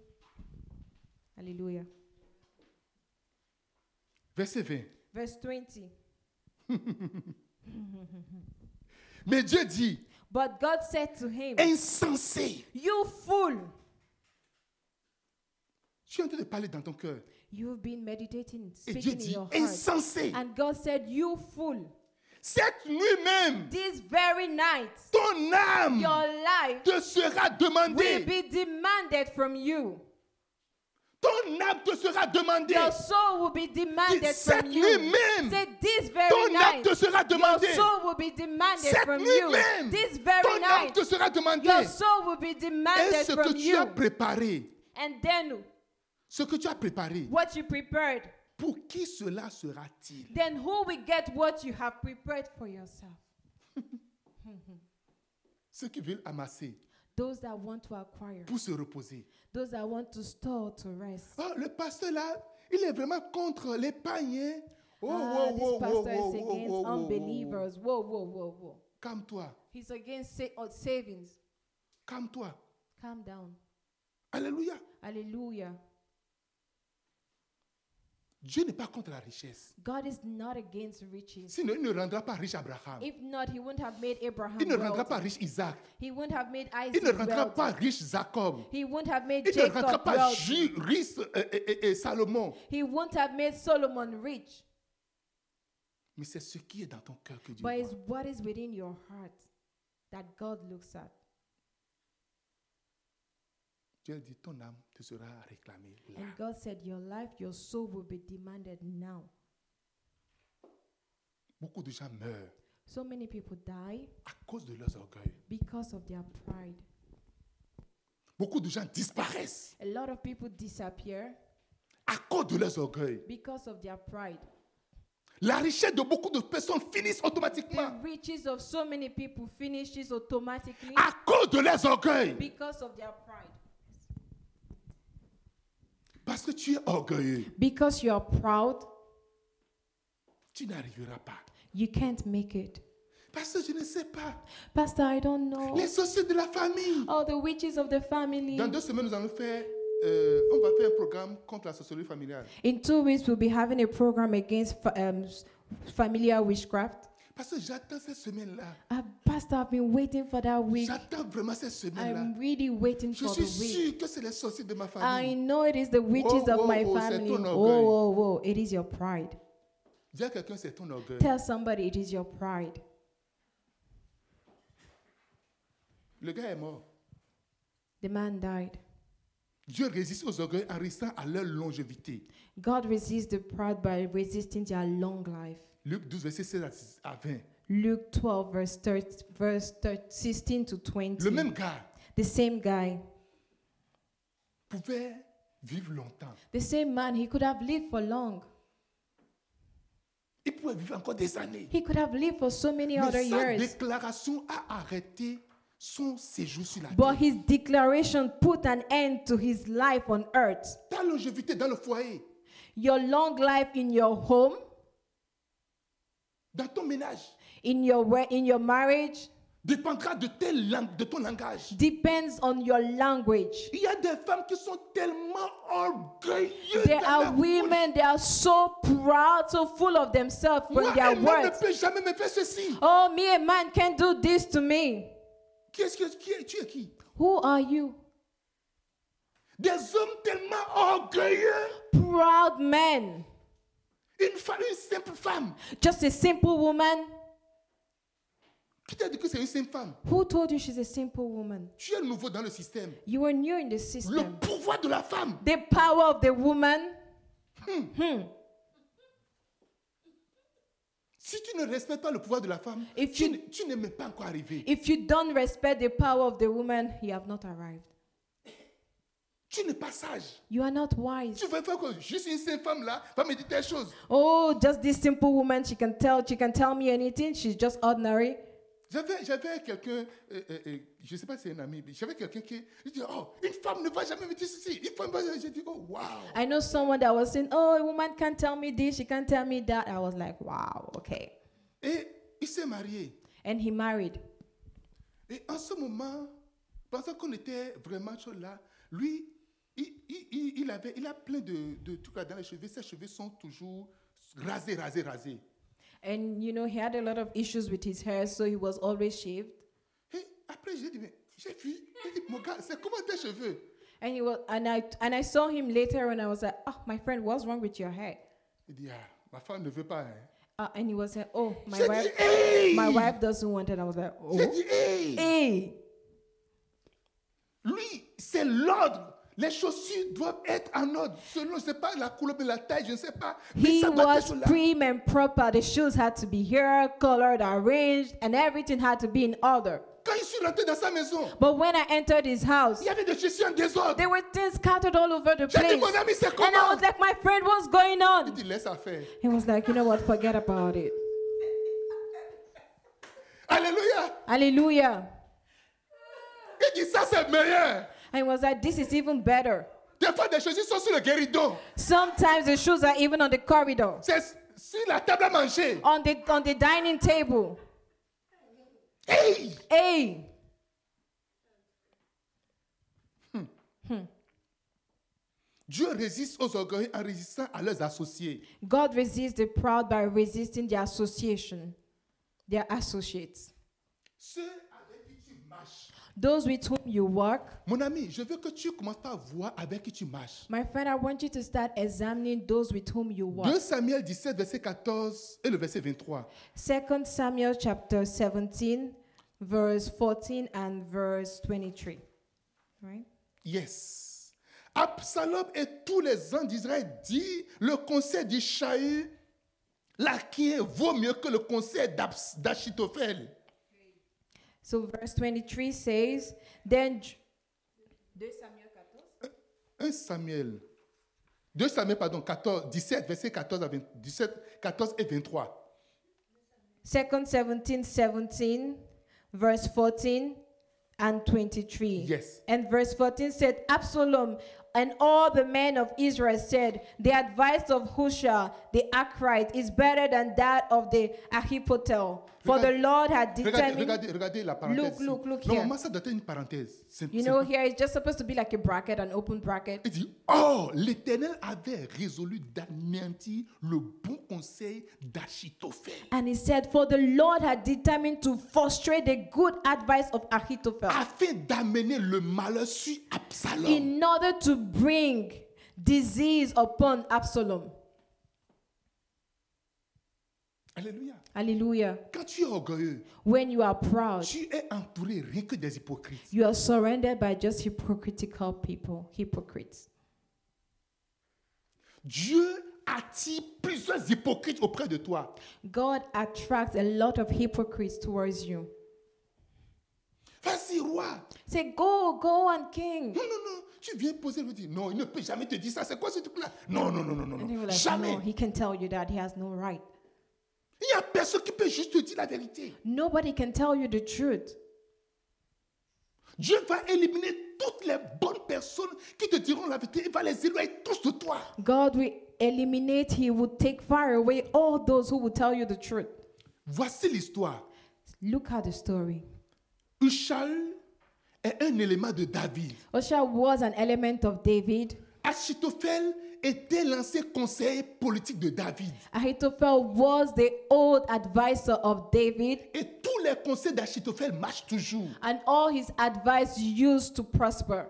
Hallelujah.
Verset 20.
Verse 20.
Mais Dieu dit,
But God said to him,
insensé.
You fool,
Tu es en train de parler dans ton cœur.
you've been meditating,
Et Dieu
speaking in
dit,
your heart.
insensé.
And God said, You fool,
Cette nuit même,
this very night,
ton
your
âme
life
te sera
will
demandée.
be demanded from you.
Ton âme te sera demandée.
Your soul will be demanded
Cette
from
nuit
you.
même,
Say this very
Ton âme
night.
te sera demandée.
Your soul will be demanded
Cette
from
nuit
you.
même,
This very
ton âme
night,
te sera
your
demandée.
soul will be
Et
demanded
ce que
from
tu as
you.
préparé,
And then
ce que tu as préparé,
what you prepared,
pour qui cela sera-t-il
then who will get what you have prepared for yourself?
Ceux qui veulent amasser
Those that want to acquire,
pour se reposer.
those that want to store to rest.
Oh, le pasteur là, il est vraiment contre les païens. Oh,
ah,
oh,
this
oh, oh, oh,
pastor is
oh,
against
oh, oh, oh, oh.
unbelievers. Whoa, whoa, whoa, whoa.
Calme-toi,
He's against sa- uh, savings.
calme-toi.
Calm down.
Alléluia.
Hallelujah.
Dieu n'est pas contre la richesse.
God is not against riches.
Sinon, il ne rendra pas riche Abraham.
If not, he wouldn't have made Abraham.
Il ne rendra
wealthy.
pas riche Isaac.
He wouldn't have made Isaac.
Il ne rendra
wealthy.
pas riche Jacob.
He wouldn't have made
Il ne
Jacob
rendra pas
wealthy.
ju- riche euh, et, et- et Salomon.
He wouldn't have made Solomon rich.
Mais c'est ce qui est dans ton cœur que Dieu
But it's
voit.
what is within your heart that God looks at.
Dieu dit, ton âme te sera réclamée là.
And God said, Your life, your soul will be demanded now.
Beaucoup de gens meurent
So many people die
à cause de leurs orgueils.
because of their pride.
Beaucoup de gens disparaissent
A lot of people disappear
à cause de leurs orgueils.
because of their pride.
La richesse de beaucoup de personnes finissent
The
automatiquement
riches of so many people finishes automatically
à cause de leurs orgueils.
because of their pride.
Parce que tu es orgueilleux,
Because you are proud,
tu n'arriveras pas.
you can't make it.
Parce que je ne sais pas.
Pastor, I don't know.
Les sociétés de la famille.
Oh, the witches of the family.
Dans deux semaines, nous allons faire, euh, on va faire un programme contre la sorcellerie familiale.
In two weeks, we'll be having a program against fa- um, s- familiar witchcraft.
Parce que j'attends cette semaine-là.
Uh, Pastor, I've been waiting for that week.
J'attends vraiment cette semaine-là.
I'm really waiting
Je
for the
suis
week.
sûr que c'est les sorciers de ma
I
famille.
know it is the witches
Whoa,
of
whoa,
my
whoa, c'est
family.
ton
Whoa,
orgueil.
whoa, whoa. It is your pride.
Dis à quelqu'un, c'est ton orgueil.
Tell somebody it is your pride.
Le gars est mort.
The man died.
Dieu résiste aux orgueils en restant à leur longévité.
God resists the proud by resisting their long life.
Luc 12, verset 16 à 10 à 20.
Luke 12, verse, 13, verse 13, 16 to 20.
Le même gars
The same guy,
pouvait vivre longtemps.
the same man, he could have lived for long.
Il pouvait vivre encore des années.
He could have lived for so many other
Mais sa
years.
déclaration a arrêté son séjour sur la
But
terre.
his declaration put an end to his life on earth.
Ta longévité dans le foyer,
Your long life in your home,
dans ton ménage,
in your we- in your marriage
dépendra de, tes lang- de ton langage.
depends on your language.
Il y a des femmes qui sont tellement orgueilleuses.
There
dans
are
leur
women they are so proud, so full of themselves
bouche.
from
Moi,
their
un homme
words.
ne peut jamais me faire ceci.
Oh, me a man can't do this to me.
Qui est-ce que qui est- tu es qui
Who are you?
Des hommes tellement orgueilleux.
Proud men.
Une femme, une simple femme.
Just a simple woman.
Qui t'a dit que c'est une simple femme
Who told you she's a simple woman?
Tu es nouveau dans le système.
You are new in the
Le
system.
pouvoir de la femme.
The power of the woman.
Si tu ne respectes pas le pouvoir de la femme,
If
tu,
you-
ne- tu n'es même pas encore arrivé.
If you don't respect the power of the woman, you have not arrived.
Tu n'es pas sage.
You are not wise.
Tu veux faire que juste une simple femme là va me dire telle chose.
Oh, just this simple woman, she can tell, she can tell me anything. She's just ordinary.
J'avais, j'avais quelqu'un, euh, euh, euh, je ne sais pas si c'est un ami, mais j'avais quelqu'un qui il dit Oh, une femme ne va jamais me dire ceci. Une femme ne va jamais. J'ai dit Oh, waouh.
I know someone that was saying, "Oh, a woman can't tell me this, she can't tell me that." I was like, "Wow, okay."
Et il s'est marié.
And he married.
Et en ce moment, pensant qu'on était vraiment chaud là, lui, il, il- il- il avait, il a plein de, de trucs là dans les cheveux. Ses cheveux sont toujours rasés, rasés, rasés.
And you know, he had a lot of issues with his hair, so he was always shaved.
Et après, j'ai dit Mais j'ai vu. Il dit Mon gars, c'est comment tes cheveux
And he was, and I and I saw him later, and I was like, "Oh, my friend, what's wrong with your hair?"
Il dit Ah, ma femme ne veut pas. hein.
Uh, and he was like, "Oh, my
J'ai dit
wife,
Hey
my wife doesn't want it." I was like,
J'ai
"Oh,
dit Hey
hey."
Lui, c'est l'ordre. Les chaussures doivent être en ordre. Selon, je ne sais pas, la couleur, mais la taille, je ne sais pas. Mais
He
ça doit
was
être là.
prim and proper. The shoes had to be here, colored, arranged, and everything had to be in order.
Quand je suis rentré dans sa maison,
But when I entered his house,
il y avait des chaussures en désordre.
there were things scattered all over the
J'ai dit,
place.
mon ami, c'est
And I
comment
was like, my friend, what's going
Il
on?
dit, laisse à faire.
He was like, you know what? Forget about it.
Alléluia.
Hallelujah.
Il dit, ça c'est meilleur.
And he was like, this is even better.
Des fois, des chaussures sont sur le guéridon.
Sometimes the shoes are even on the corridor,
C'est sur la table à manger.
on the on the dining table.
Hey
Hey,
Dieu résiste aux orgueils en résistant à leurs associés.
God resists the proud by resisting their association, their associates.
Ceux avec qui tu marches.
Those with whom you work,
Mon ami, je veux que tu commences à voir avec qui tu marches.
my friend, I want you to start examining those with whom you work.
2 Samuel 17, verset 14 et le verset 23.
Second Samuel chapter 17, verse 14 and verse 23. Right?
Yes. Absalom et tous les hommes d'Israël dit le conseil du Shahu, l'arquier vaut mieux que le conseil d'Abs- d'Achitophel.
So verse 23 says, Then J- 2 Samuel 14.
1 Samuel, 2 Samuel, pardon, 14, 17, verset 14, à 20 17, 14 et 23.
2 17, 17, verse 14 and 23.
Yes.
And verse 14 said, Absalom and all the men of Israel said, The advice of Hushai the Archite is better than that of the Ahithophel. For the
Regardez-
Lord had
Regardez,
determined.
regardez, regardez la parenthèse.
Look, look, look
Normalement,
here.
ça doit être une parenthèse. C'est-
You
c'est-
know, here it's just supposed to be like a bracket, an open bracket.
Il dit, oh, l'Éternel avait résolu d'anéantir le bon conseil d'Achitophel.
And he said, For the Lord had determined to frustrate the good advice of Ahithophel
afin d'amener le malheur sur Absalom.
in order to bring disease upon Absalom.
Alléluia.
Hallelujah.
Quand tu es orgueilleux,
When you are proud,
tu es entouré rien que des hypocrites.
you are surrounded by just hypocritical people, hypocrites.
Dieu attire plusieurs hypocrites auprès de toi.
God attracts a lot of hypocrites towards you.
Vas-y, roi.
Say, go, go and king.
Non, non, non. Tu viens poser le dire. Non, il ne peut jamais te dire ça. C'est quoi ce truc-là Non, non, non, non, non.
And he
non.
will like,
jamais.
no, he can tell you that he has no right.
Il n'y a personne qui peut juste te dire la vérité.
Nobody can tell you the truth.
Dieu va éliminer toutes les bonnes personnes qui te diront la vérité. Il va les éloigner tous de toi.
God will eliminate, he will take far away all those who will tell you the truth.
Voici l'histoire.
Look at the story.
Ushal est un élément de David.
Osha was an element of David.
Achitophel était l'ancien conseiller politique de David.
Ahithophel was the old advisor of David,
Et tous les conseils d'Achitophel marchent toujours.
and all his advice used to prosper.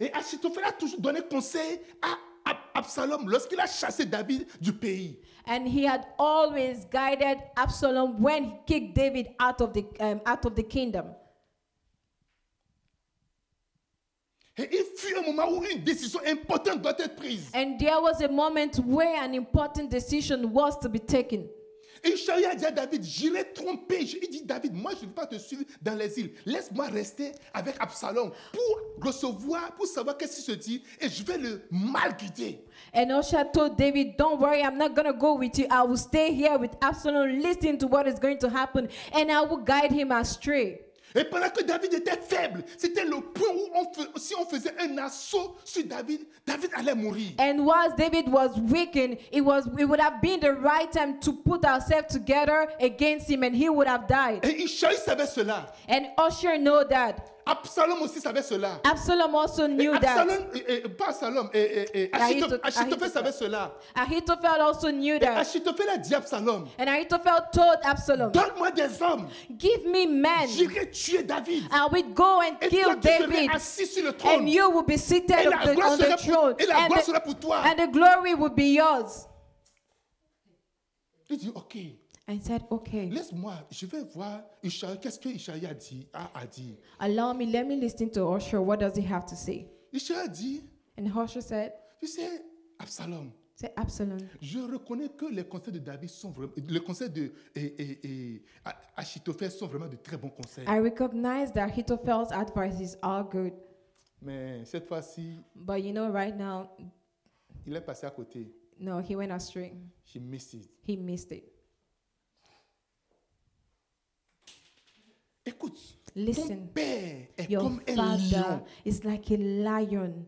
Et Achitophel a toujours donné conseil à Ab- Absalom lorsqu'il a chassé David du pays.
And he had always guided Absalom when he kicked David out of the, um, out of the kingdom.
Et il fut un moment où une décision importante doit être prise.
And there was a moment where an important decision was to be taken.
Et Ushaya a dit à David, j'irai tromper. Je- Il dit, David, moi je ne vais pas te suivre dans les îles. Laisse-moi rester avec Absalom pour recevoir, pour savoir qu'est-ce qui se dit. Et je vais le mal guider.
And Osha told David, Don't worry, I'm not going to go with you. I will stay here with Absalom, listen to what is going to happen, and I will guide him astray.
Et pendant que David était faible, c'était le point où on fe- si on faisait un assaut sur David, David allait mourir.
And whilst David was weakened, it was it would have been the right time to put ourselves together against him, and he would have died.
Et Ishaï savait cela.
And Osher know that.
Absalom aussi savait cela.
Absalom also
Et
knew that.
Absalom, et- et- pas Absalom, et, et, et
Ahitho-
Achitoph- Achitophel
Ahithophel.
savait cela.
Ahithophel also knew
Et
that.
Achitophel a dit à Absalom,
And Ahithophel told Absalom,
donne-moi des hommes,
Give me men.
j'irai tuer David.
I will go and
Et toi,
kill
tu
David.
seras assis sur le trône.
And you will be seated
Et
on
la
the,
gloire
on the
sera
throne.
pour, et la
and,
gloire
the,
sera pour toi.
and the glory will be yours.
Il dit, ok,
I said, Okay,
laisse-moi, je vais voir Ishaï, qu'est-ce que Ishaï a dit. A, a dit.
allow me, let me listen to Osher. What does he have to say?
Ishaï a dit,
And Osher said,
tu sais, Absalom,
Say, Absalom.
Je reconnais que les conseils de David sont vraiment, les conseils de et, et, et Ah- Achitophel sont vraiment de très bons conseils.
I recognize that Ahithophel's advices are good,
Mais cette fois-ci,
but you know, right now,
il est passé à côté.
no, he went astray.
He missed it.
He missed it.
Écoute, ton
Listen,
père est
your
comme un
father
lion.
is like a lion.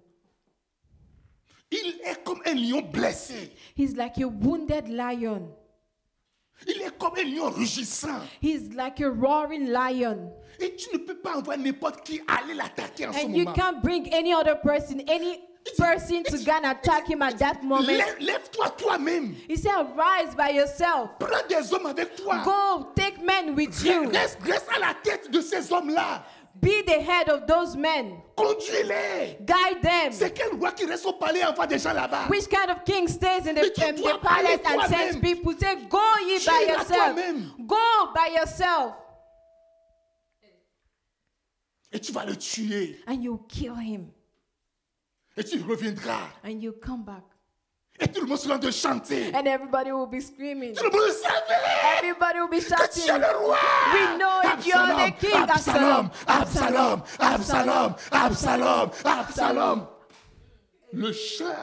Il est comme un lion blessé.
He's like a wounded lion.
Il est comme un lion rugissant.
He's like a roaring lion.
Et tu ne peux pas envoyer n'importe qui aller l'attaquer en ce
And you
moment.
can't bring any other person, any person to go and attack him at that moment.
Lève- Lève-toi toi-même.
He said, Rise by yourself.
Prends des hommes avec toi.
Go, take men with you.
Reste, reste à la tête de ces hommes-là.
Be the head of those men.
Conduis-les.
Guide them.
C'est quel roi qui reste au palais et envoie des gens là-bas?
Which kind of king stays in the,
Mais tu
um,
dois
the palace
aller
and sends
toi-même.
people? Say, go ye by
Tu iras
yourself.
toi-même.
Go by yourself.
Et tu vas le tuer.
And you kill him.
Et tu reviendras.
And you come back.
Et tout le monde sera en train de chanter.
And everybody will be screaming.
Tout le monde savait
Everybody will be
que tu es
shouting.
le roi.
We know it, you are the king,
Absalom,
Absalom,
Absalom, Absalom, Absalom, Absalom. Le chant,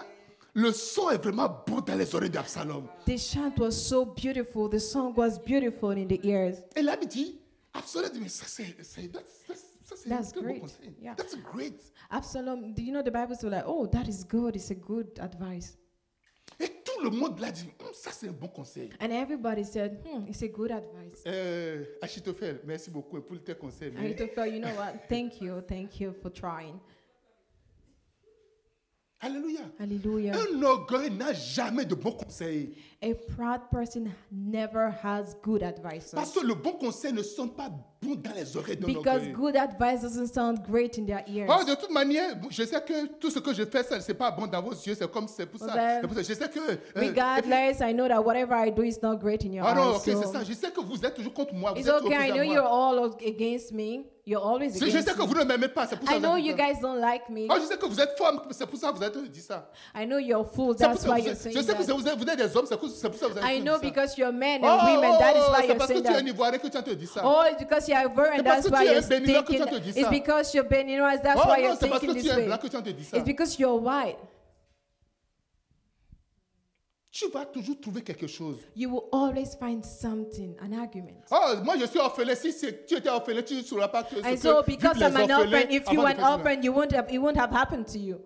le son est vraiment bon dans les oreilles d'Absalom.
The chant was so beautiful. The song was beautiful in the ears.
Et là, il dit, Absalom dit, mais ça c'est, c'est- that's- that's- ça, c'est
That's
un très bon
great.
conseil.
Yeah.
That's great.
Absalom, do you know the Bible says like, oh, that is good. It's a good advice.
Et tout le monde l'a dit, Hum, ça c'est un bon conseil.
And everybody said, hmm, it's a good advice.
Euh, Achitophel, merci beaucoup pour tes conseils. mais
Ahithophel, you know what? Thank you. Thank you for trying.
Alléluia.
Hallelujah.
Un orgueil n'a jamais de bon conseil.
A proud person never has good advice.
Parce que le bon conseil ne sonne pas bon dans les oreilles d'un
Because
orgueil.
good advice doesn't sound great in their ears.
Oh, de toute manière, je sais que tout ce que je fais, ça, c'est pas bon dans vos yeux, c'est comme c'est pour ça.
Well,
c'est pour ça. Je sais que. euh,
Regardless, I know that whatever I do is not great in your
ah non,
eyes.
ok, c'est
so
ça. Je sais que vous êtes toujours contre moi. Vous
It's
êtes toujours
okay. I
opposé
know
à
you're
moi.
all against me. You're always
Je, je sais
against
que
me.
vous ne m'aimez pas, c'est pour ça.
I
que vous
know you
êtes-
guys don't like me.
Ah, je sais que vous êtes femme, c'est pour ça que vous avez dit ça.
I know you're fools.
C'est pour
That's
ça
why
que vous
you're
êtes- je
saying
sais que
that.
vous êtes, vous êtes des hommes, c'est pour c'est pour ça que vous avez
I
dit
know
ça.
because you're men and
Oh,
women. That is
oh,
why
c'est
you're
parce que
saying
tu es un
that.
Ivoirien que tu as te dit ça.
Oh, it's because you are born
C'est
and
parce
that's
que tu
why
es
you're
béninois que
thinking.
tu as te dit
It's
ça.
because you're Beninois. That's
oh
why
non,
you're
c'est parce que tu
thinking this
es
way.
blanc que tu as te dit ça.
It's because you're white.
Tu vas toujours trouver quelque chose.
You will always find something, an argument.
Oh, moi je suis orphelin. Si c'est- tu étais orphelin, tu ne sauras pas que. ce
And
que
so,
vivent
because
les
I'm an
orphelins
orphan, if
avant
you
de
were an
faire cela.
orphan, you won't have, it won't have happened to you.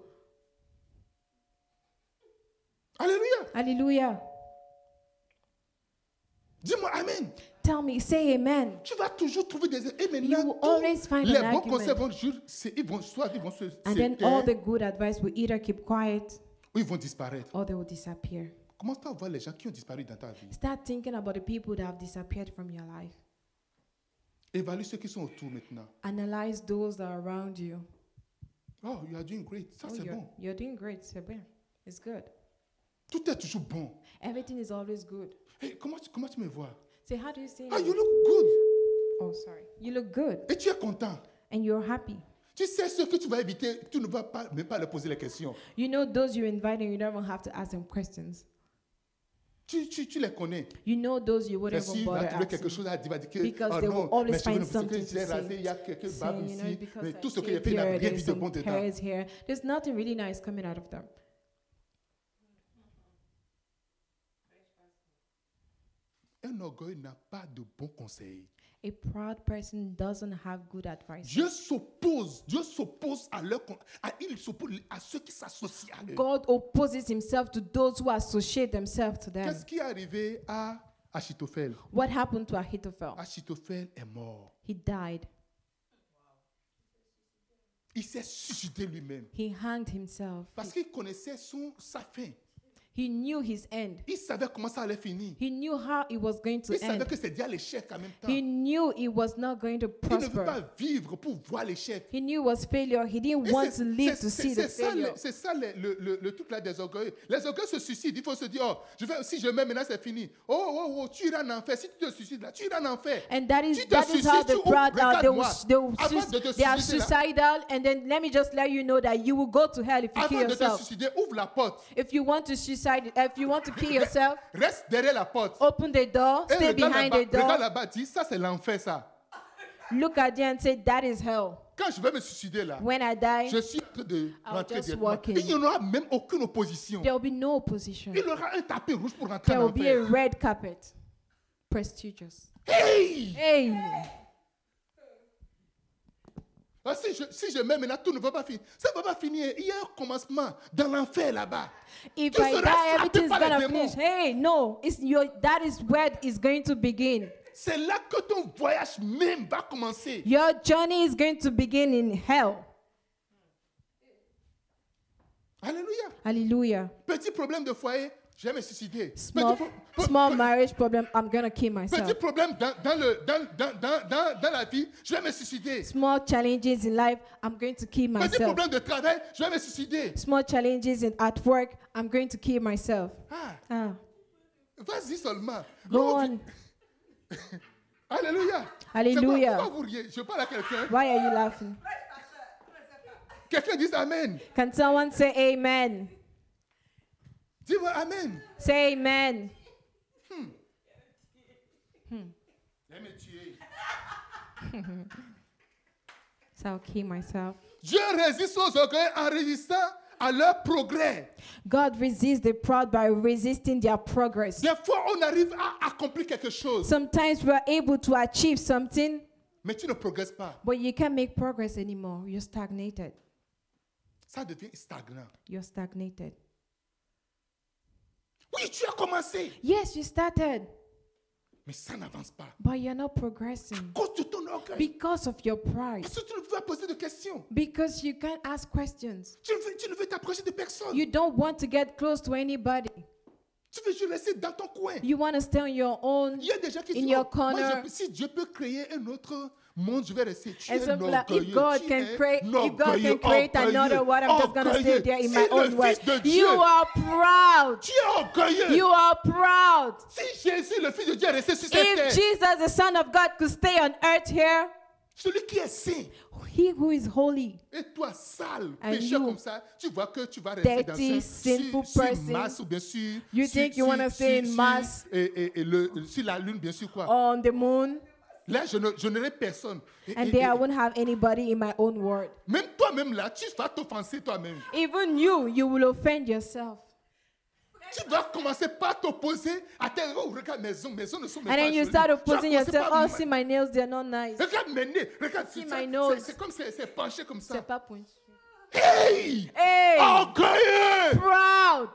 Alléluia.
Hallelujah.
Dis-moi Amen.
Tell me, say amen.
Tu vas toujours trouver des. Et
You
maintenant,
will
tous
always find
les
an
bons conseils
argument.
vont, ju- c'est- ils vont soit ils vont se. se
And then
taire,
all the good advice will either keep quiet
ou ils vont disparaître.
or they will disappear.
Commence pas à voir les gens qui ont disparu dans ta vie.
Start thinking about the people that have disappeared from your life.
Évalue ceux qui sont autour maintenant.
Analyze those that are around you.
Oh, you are doing great. Ça
Oh,
c'est
you're,
bon.
you're doing great, c'est bien. It's good.
Tout est toujours bon.
Everything is always good.
Hey, comment, tu- comment tu me vois?
Say, how do you see?
Ah, you look good.
Oh, sorry. You look good
Et tu es content.
and you're happy.
Tu sais ce que tu vas éviter, tu ne vas pas, même pas leur poser les questions.
You know those you invite and you don't even have to ask them questions.
Tu, tu, tu les connais.
You know those you
Mais
wouldn't
si
even
il va
bother
trouver
asking.
quelque chose à dire, il va dire que
Because
ah
they
non,
will always
mais je veux
find
me parce que
something
j'ai
to
rasé,
say.
il y a quelques
saying,
barbes
you know,
ici.
because
Mais
I
tout ce qu'il a
shaved
fait, il n'a
here,
rien
there's
vu de
some
bon dedans.
hairs here. There's nothing really nice coming out of them.
Un orgueil n'a pas de bons conseils.
A proud person doesn't have good advice.
Dieu s'oppose, Dieu s'oppose à leur, con- à, il s'oppose à ceux qui s'associent à eux.
God opposes himself to those who associate themselves to them.
Qu'est-ce qui est arrivé à Achitophel?
What happened to Ahithophel?
Achitophel est mort.
He died.
Il s'est suicidé lui-même
He hanged himself.
parce qu'il connaissait son, sa fin.
He knew his end.
Il savait comment ça allait finir.
He knew how it was going
Il
to
savait
end.
que c'est dû à l'échec en même temps.
He
Il
knew it was not going to
ne veut
prosper.
pas vivre pour voir l'échec.
He knew it was failure. He didn't
Et
want
c'est-
to live
c'est-
to
c'est-
see the
c'est ça,
failure.
le- C'est ça le, le- le- le truc là des orgueils. Les orgueils se suicident. Il faut se dire, oh, je vais, si je mets maintenant, c'est fini. Oh, oh, oh, tu iras en enfer. Si tu te suicides là, tu iras en enfer.
And that is
Tu te
that is how
suicides,
the
tu- oh,
proud are. They will,
regarde-moi.
s- they will
Avant
sus-
de te
they are
suicider là-
suicidal. And then let me just let you know that you will go to hell if you
Avant
kill
de te
yourself.
suicider, ouvre la porte.
If you want to suicide, if you want to kill yourself,
Reste derrière la porte.
open the door,
Et
stay
regarde
behind
là-bas.
the
Regarde
door,
là-bas, dis, ça c'est l'enfer ça.
look at there and say, "That is hell."
Quand je vais me suicider là,
When I die,
je suis en train de
I'll
rentrer
just
directement.
walk in.
Il n'y aura même aucune opposition.
there will be no opposition.
Il aura un tapis rouge pour rentrer
There
en
will be a
enfer.
red carpet, prestigious.
Hey!
Hey,
Ah, si, je, si je mets maintenant, tout ne va pas finir. Ça ne va pas finir. Il y a un commencement dans l'enfer là-bas.
if
Tu
I
seras
die,
frappé
everything's
par les
gonna
démons.
finish. Hey, no, it's your. That is where it's going to begin.
C'est là que ton voyage même va commencer.
Your journey is going to begin in hell.
Alléluia.
Hallelujah.
Petit problème de foyer, je vais me suicider.
Small,
petit, pro-
small
pe-
marriage problem. I'm gonna kill myself.
petit problème dans, dans le, dans, dans, dans, dans, dans la vie, je vais me suicider.
Small challenges in life. I'm going to kill
Petit
myself.
problème de travail, je vais me suicider.
Small challenges in, at work. I'm going to kill myself.
Ah,
Ah,
vas-y seulement.
go
Non,
on.
Alléluia.
Alléluia.
C'est quoi, Pourquoi vous riez Je parle à quelqu'un.
Why are you laughing?
Quelqu'un dit Amen.
Can someone say Amen?
Dis-moi Amen.
Say amen.
Viens me tuer.
So I'll kill myself.
Dieu résiste aux orgueils en résistant à leur progrès.
God resists the proud by resisting their progress.
Des fois, on arrive à accomplir quelque chose,
Sometimes we are able to achieve something,
mais tu ne progresses pas.
but you can't make progress anymore. You're stagnated.
Ça devient stagnant.
You're stagnated.
Oui, tu as commencé,
Yes, you started,
mais ça n'avance pas.
but you're not progressing
cause de ton orgueil.
because of your pride.
Parce que tu ne veux pas poser de questions.
Because you can't ask questions.
Tu ne veux, tu ne veux t'approcher de personne.
You don't want to get close to anybody.
tu veux juste rester dans ton coin.
You want to stay on your own.
Il y a des gens qui
In
disent,
your
oh, moi, je
corner.
peux- si Dieu peut créer un autre monde, je vais rester. Tu
And
es
some people are like,
orgueilleux,
if God
tu es
can create, if God
orgueilleux,
can create another one, I'm just gonna stay
orgueilleux.
there in
Si
my
le
own way.
Fils de Dieu,
You are proud.
tu es orgueilleux.
You are proud.
si Jésus, le Fils de Dieu, est resté sur cette terre,
If Jesus, the Son of God, could stay on earth here,
celui qui est saint,
he who is holy,
et toi, sale,
And
pécheur
you,
comme ça, tu vois que tu vas rester dans
dirty,
un sur,
sinful
sur
person,
Mars ou bien sûr
you
sur-
think you
sur-
wanna
sur-
stay in Oh.
sur-
Mars.
et, et, et le, sur la lune, bien sûr, quoi.
on the moon,
Là, je ne- je n'aurai personne. Et-
and
et-
there I
et-
won't have anybody in my own world.
Même toi-même là, tu vas t'offenser toi-même.
Even you, you will offend yourself.
Tu vas commencer par t'opposer à tes oh, regarde mes ongles, mes ongles ne sont même
And
pas
then you
jolis.
start
Tu vas
opposing
commencer par
yourself. Oh,
ma-
see, my nails, they're not nice.
Regarde mes nez, regarde
See
c'est
my
ça,
nose.
c'est- c'est comme c'est c'est penché comme ça.
C'est pas pointu.
Hey!
Hey!
Oh. Orgueilleux!
Proud!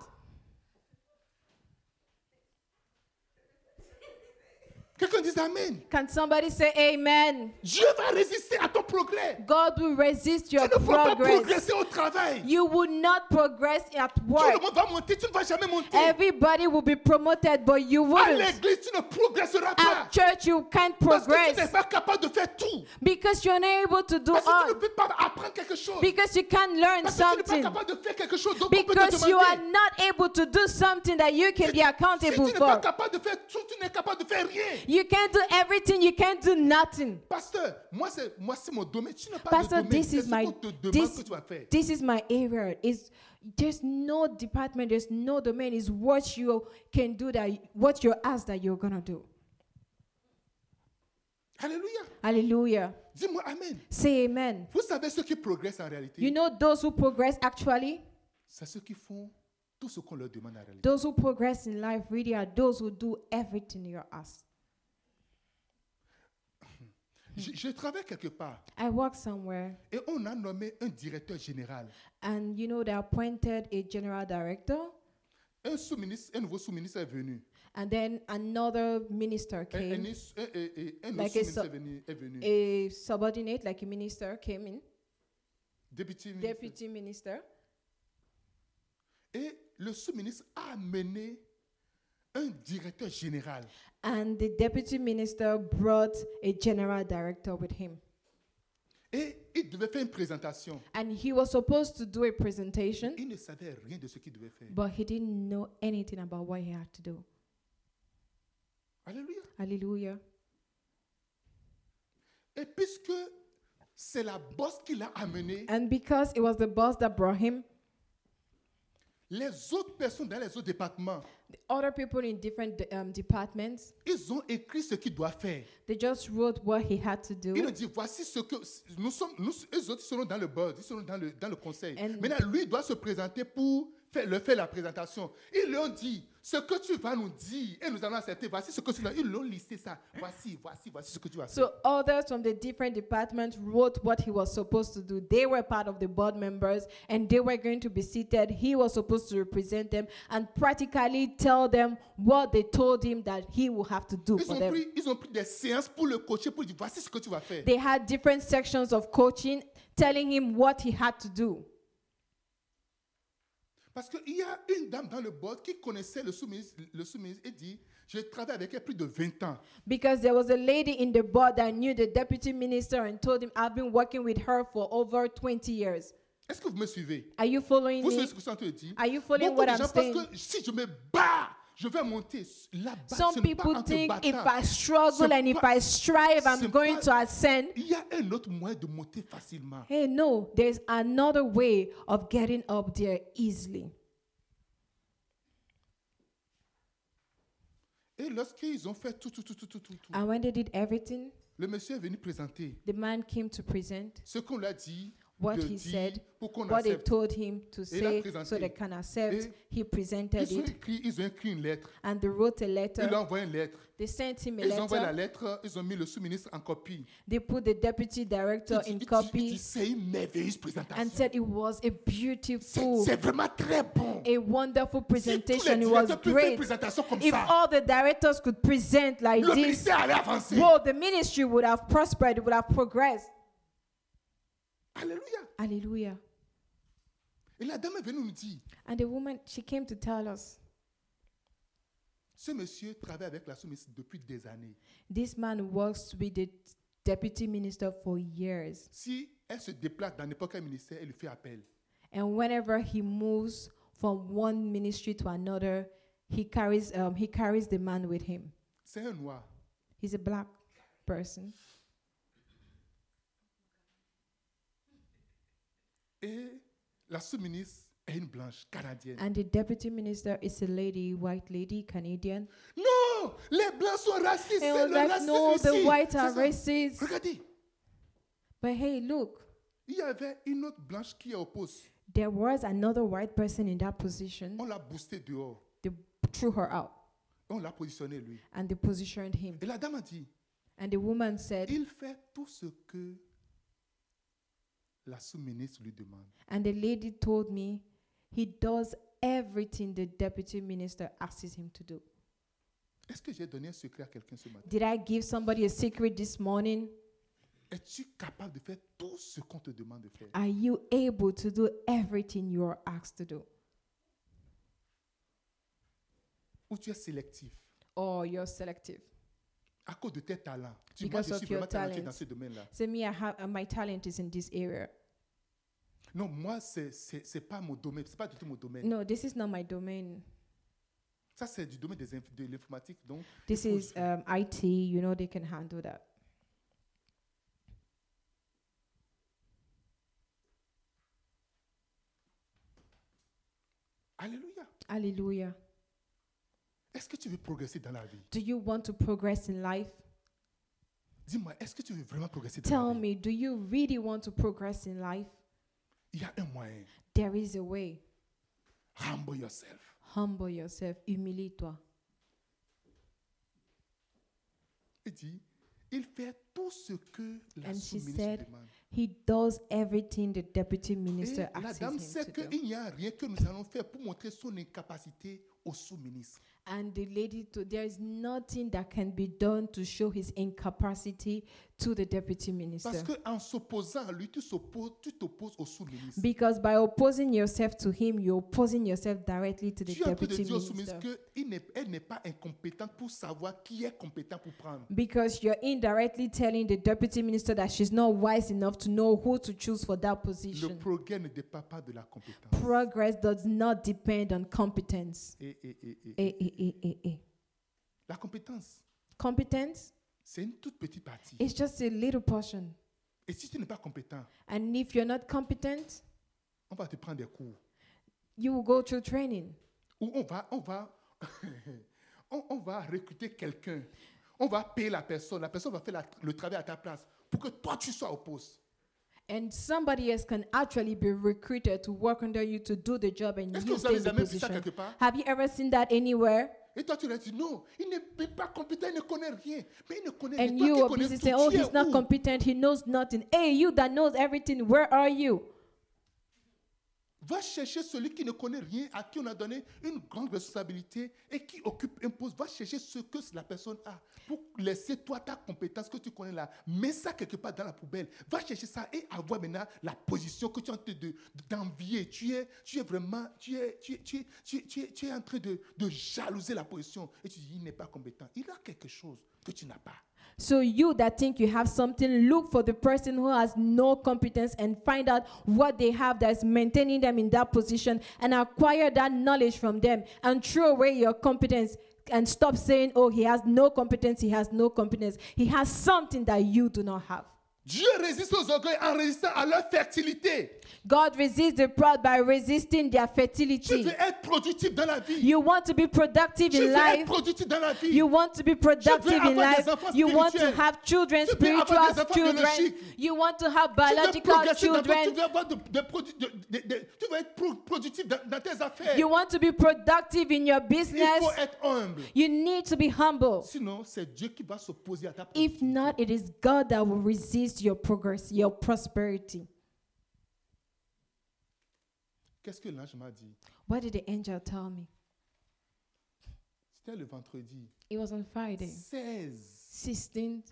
Quelqu'un dit Amen.
Can somebody say amen?
Dieu va résister à ton progrès.
God will resist your
tu ne pourras pas
progress.
progresser au travail.
You will not progress at
Tout le
work.
monde va monter, tu ne vas jamais monter.
Everybody will be promoted, but you
à
wouldn't.
l'église, tu ne progresseras pas.
At church, you can't
Parce que tu n'es
progress
pas capable de faire tout.
because you're not able to do
Parce que tu
all.
ne peux pas apprendre quelque chose.
Because you can't learn
Parce que tu n'es
something.
pas capable de faire quelque chose dont on peut te
Because you are
demander.
not able to do something that you can be
Si tu
accountable
n'es pas
for.
capable de faire tout, tu n'es capable de faire rien.
You can't do everything. You can't do nothing.
Pasteur, moi c'est moi c'est mon domaine. Tu n'as pas
Pastor,
de domaine.
this
C'est
is
ce
my
qu'on te demande
this,
que tu vas faire.
this is my area. Is there's no department, there's no domain. Is what you can do that what you're asked that you're gonna do.
Alléluia.
Hallelujah.
Dis-moi amen.
Say amen.
Vous savez ceux qui progressent en
You
réalité,
know those who progress actually,
c'est ceux qui font tout ce qu'on leur demande en réalité.
those who progress in life really are those who do everything you're asked. Hmm.
Je, je travaille quelque part
I work somewhere
et on a nommé un directeur général,
and you know they appointed a general director
un sous-ministre, un nouveau sous-ministre est venu,
and then another minister
un, un,
came.
is- un- un- un- un autre
Like a
sous-ministre
sub-
est venu, est venu.
A subordinate, like a minister, came in,
Deputy ministre.
deputy minister.
Et le sous-ministre a amené un directeur général.
And the deputy minister brought a general director with him.
Et il devait faire une présentation.
And he was supposed to do a presentation,
Il ne savait rien de ce qu'il devait faire.
but he didn't know anything about what he had to do.
Alléluia.
Hallelujah.
Et puisque c'est la bosse qui l'a amené,
And because it was the boss that brought him,
les autres personnes dans les autres départements,
the other people in different de- um, departments,
ils ont écrit ce qu'il doit faire.
they just wrote what he had to
Ils ont
do.
dit, voici ce que nous sommes, nous, eux autres ils seront dans le board, ils seront dans le, dans le conseil.
And-
Maintenant, lui doit se présenter pour faire, leur faire la présentation. Ils leur ont dit, ce que tu vas nous dire, et nous allons accepter, voici ce que tu vas Ils l'ont listé ça. Voici, voici, voici ce que tu vas faire.
So others from the different departments wrote what he was supposed to do. They were part of the board members and they were going to be seated. He was supposed to represent them and practically tell them what they told him that he will have to do
Ils
for
ont,
them.
pris, ils ont pris des séances pour le coacher, pour lui dire, voici ce que tu vas faire.
They had different sections of coaching telling him what he had to do.
Parce qu'il y a une dame dans le board qui connaissait le sous-ministre le sous-ministre et dit, je travaille avec elle plus de 20 ans.
Because there was a lady in the board that knew the deputy minister and told him, I've been working with her for over 20 years.
Est-ce que vous me suivez
Are you following
Vous savez
me?
ce que ça te dit
Are you following
Beaucoup
what
de
I'm
gens
saying?
pensent que si je me bats, je vais monter. Là-bas, ce
Some
n'est pas
people
en te
think if
battant.
I struggle
Ce
and if
pas-
I strive,
ce
I'm going
pas-
to ascend.
Il y a un autre moyen de monter facilement.
Hey, no, there's another way of getting up there easily.
Et lorsqu'ils ont fait tout, tout, tout, tout, tout, tout, tout,
And when they did everything,
le monsieur est venu présenter
the man came to present
ce qu'on lui a dit
What
de
he
dire
said,
pour qu'on
what they
accepte.
told him to
Et il a
say so
présenté.
they can accept.
Et
He presented
Ils ont,
it
écrit, ils ont écrit une lettre.
and they wrote a
Ils lui ont
letter.
envoyé une lettre.
They sent him a
Ils ont envoyé la
letter.
lettre. Ils ont mis le sous-ministre en copie.
They put the deputy
Il
director
dit- il
in
dit- il dit,
copy
C'est une merveilleuse présentation.
and said it was a
C'est
beautiful,
c'est vraiment très bon.
a wonderful
Si tous les
presentation. It
directeurs peuvent
was
faire une
great.
présentation comme
If
ça,
all the directors could present like
le
this,
ministère allait avancer.
well, the ministry would have prospered, it would have progressed.
Alléluia.
Hallelujah.
Et la dame est venue nous dire,
And the woman, she came to tell us
ce monsieur travaille avec la sous-ministre depuis des années.
this man works with the deputy minister for years.
Si elle se déplace dans n'importe quel ministère, elle lui fait appel.
And whenever he moves from one ministry to another, he carries um, he carries the man with him.
C'est un noir.
He's a black person.
Et la sous-ministre est une blanche canadienne.
And the deputy minister is a lady, white lady, Canadian.
Non, les blancs sont racistes. C'est
And was
le
like,
racisme
no, the
ici.
whites are
C'est ça.
racist.
Regardez,
But hey, look,
il y avait une autre blanche qui est oppose.
there was another white person in that position.
On l'a boosté dehors.
They threw her out
On l'a positionné lui.
and they positioned him.
Et la dame a dit,
And the woman said,
il fait tout ce que la sous-ministre lui demande.
and the lady told me, he does everything the deputy minister asks him to do.
Est-ce que j'ai donné un secret à quelqu'un ce matin?
Did I give somebody a secret this morning?
Es-tu capable de faire tout ce qu'on te demande de faire?
Are you able to do everything you are asked to do?
Ou tu es sélectif
Or you're selective?
à cause de tes talents? Tu
Because
moi, je
of
suis
your
vraiment talentueux dans
talents.
ce domaine-là.
So me, I have uh, my talent is in this area.
Non, moi, c'est c'est- c'est pas mon domaine. C'est pas du tout mon domaine.
No, this is not my domain.
Ça, c'est du domaine des inf- de l'informatique. Donc,
This
il faut-
is um, IT. You know they can handle that.
Alléluia.
Hallelujah.
Est-ce que tu veux progresser dans la vie?
Do you want to progress in life?
Dis-moi, est-ce que tu veux vraiment progresser dans la
Tell
vie?
me, do you really want to progress in life?
Il y a un moyen.
There is a way.
Humble yourself.
Humble yourself. Humilie-toi.
Il dit, il fait tout ce que la
And she
sous-ministre
said,
demande.
He does everything the deputy
Et
minister
la
asks him
dame sait
to do.
qu'il n'y a rien que nous allons faire pour montrer son incapacité au sous-ministre.
And the lady, to, there is nothing that can be done to show his incapacity to the deputy
Parce
minister.
qu'en s'opposant à lui, tu s'opposes- tu t'opposes au sous-ministre.
Because by opposing yourself to him, you're opposing yourself directly to the
Tu es en train de
deputy
dire au
minister.
sous-ministre qu'elle n'est pas incompétente pour savoir qui est compétent pour prendre.
Because you're indirectly telling the deputy minister that she's not wise enough to know who to choose for that
Le
position.
progrès ne dépend pas de la compétence.
Progress does not depend on competence.
Et- et- et- et-
Eh, eh, eh, eh, eh.
La compétence,
Competence
c'est une toute petite partie.
is just a little portion.
Et si tu n'es pas compétent,
And if you're not competent,
on va te prendre des cours.
you will go through training.
Ou on va, on va, on, on va recruter quelqu'un. On va payer la personne. La personne va faire la- le travail à ta place pour que toi, tu sois au poste.
And somebody else can actually be recruited to work under you to do the job and
Est-ce que
you
vous
stay
avez
in the
jamais vu ça
position.
quelque part
Have you ever seen that anywhere?
Et toi, tu leur dis non, il n'est pas compétent, il ne connaît rien. Mais il ne connaît rien.
And
Toi qui
you are
connais
busy
tout,
saying,
tu
oh,
es
he's not
où
competent, he knows nothing. Hey, you that knows everything, where are you?
Va chercher celui qui ne connaît rien, à qui on a donné une grande responsabilité et qui occupe un poste. Va chercher ce que la personne a pour laisser toi ta compétence que tu connais là. Mets ça quelque part dans la poubelle. Va chercher ça et avoir maintenant la position que tu es en train de- d'envier. Tu es, tu es vraiment, tu es, tu es, tu es, tu es- tu es- tu es en train de, de jalouser la position. Et tu dis, il n'est pas compétent. Il a quelque chose que tu n'as pas.
So you that think you have something, look for the person who has no competence and find out what they have that is maintaining them in that position and acquire that knowledge from them and throw away your competence and stop saying, oh, he has no competence, he has no competence. He has something that you do not have.
Dieu résiste aux orgueils en résistant à leur fertilité.
God resists the proud by resisting their
Tu veux
fertility.
être productif dans la vie.
You want to be productive
Tu veux
in
être
life.
productif dans la vie.
You want to be productive in
avoir des
life.
enfants
You want to
spirituels.
have children,
Tu veux avoir des
spiritual
enfants
children.
biologiques.
You want to have
Tu veux
biological
progresser dans ton- Tu
children.
veux, avoir de- de produ- de- de- de- tu veux être pro- productif dans, dans tes affaires.
You want to be productive in your
Il
business.
faut être humble.
You need to be humble.
Sinon, c'est Dieu qui va s'opposer à ta
If
productivité.
not, it is God that will resist your progress, your prosperity.
Qu'est-ce que l'ange m'a dit
What did the angel tell me?
C'était le vendredi
It was on Friday,
16.
16th.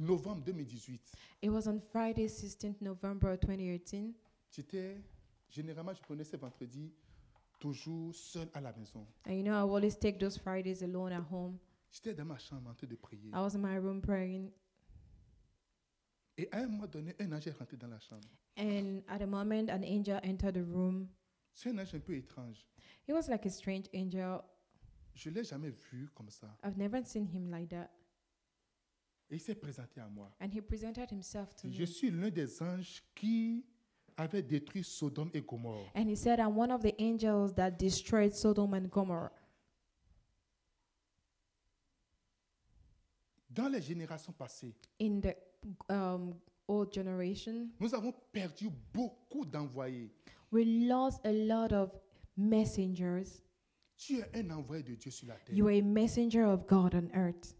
novembre 2018.
It was on Friday, 16th November 2018.
J'étais, généralement, je prenais ces vendredis toujours seul à la maison.
And you know, I always take those Fridays alone at home.
J'étais dans ma chambre en train de prier.
I was in my room praying.
Et à un moment donné, un ange est rentré dans la chambre.
And at a moment, an angel entered the room.
C'est un ange un peu étrange.
He was like a strange angel.
Je ne l'ai jamais vu comme ça.
I've never seen him like that.
Et il s'est présenté à moi.
And he presented himself to
Je
me.
suis l'un des anges qui avait détruit Sodome et Gomorrhe.
And he said, I'm one of the angels that destroyed Sodom and Gomorrah.
Dans les générations passées,
In the um, old generation,
nous avons perdu beaucoup d'envoyés.
we lost a lot of messengers.
Tu es un envoyé de Dieu sur la terre.
You are a messenger of God on earth.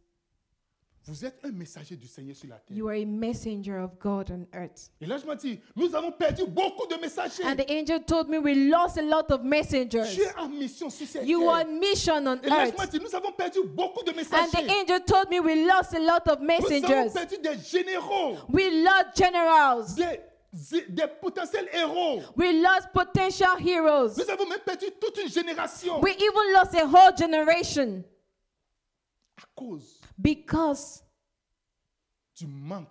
Vous êtes un messager du Seigneur sur la terre.
You are a messenger of God on earth.
Et là, je me dis, nous avons perdu beaucoup de messagers.
And the angel told me we lost a lot of messengers.
Tu es en mission sur cette
You are
terre.
on mission on
Et là, je me
earth.
dis, nous avons perdu beaucoup de
And the
messagers.
angel told me we lost a lot of
Nous avons
messengers.
perdu des généraux,
We lost generals.
des, des potentiels héros.
We lost potential heroes.
Nous avons même perdu toute une génération
We even lost a whole generation
à cause
because
du manque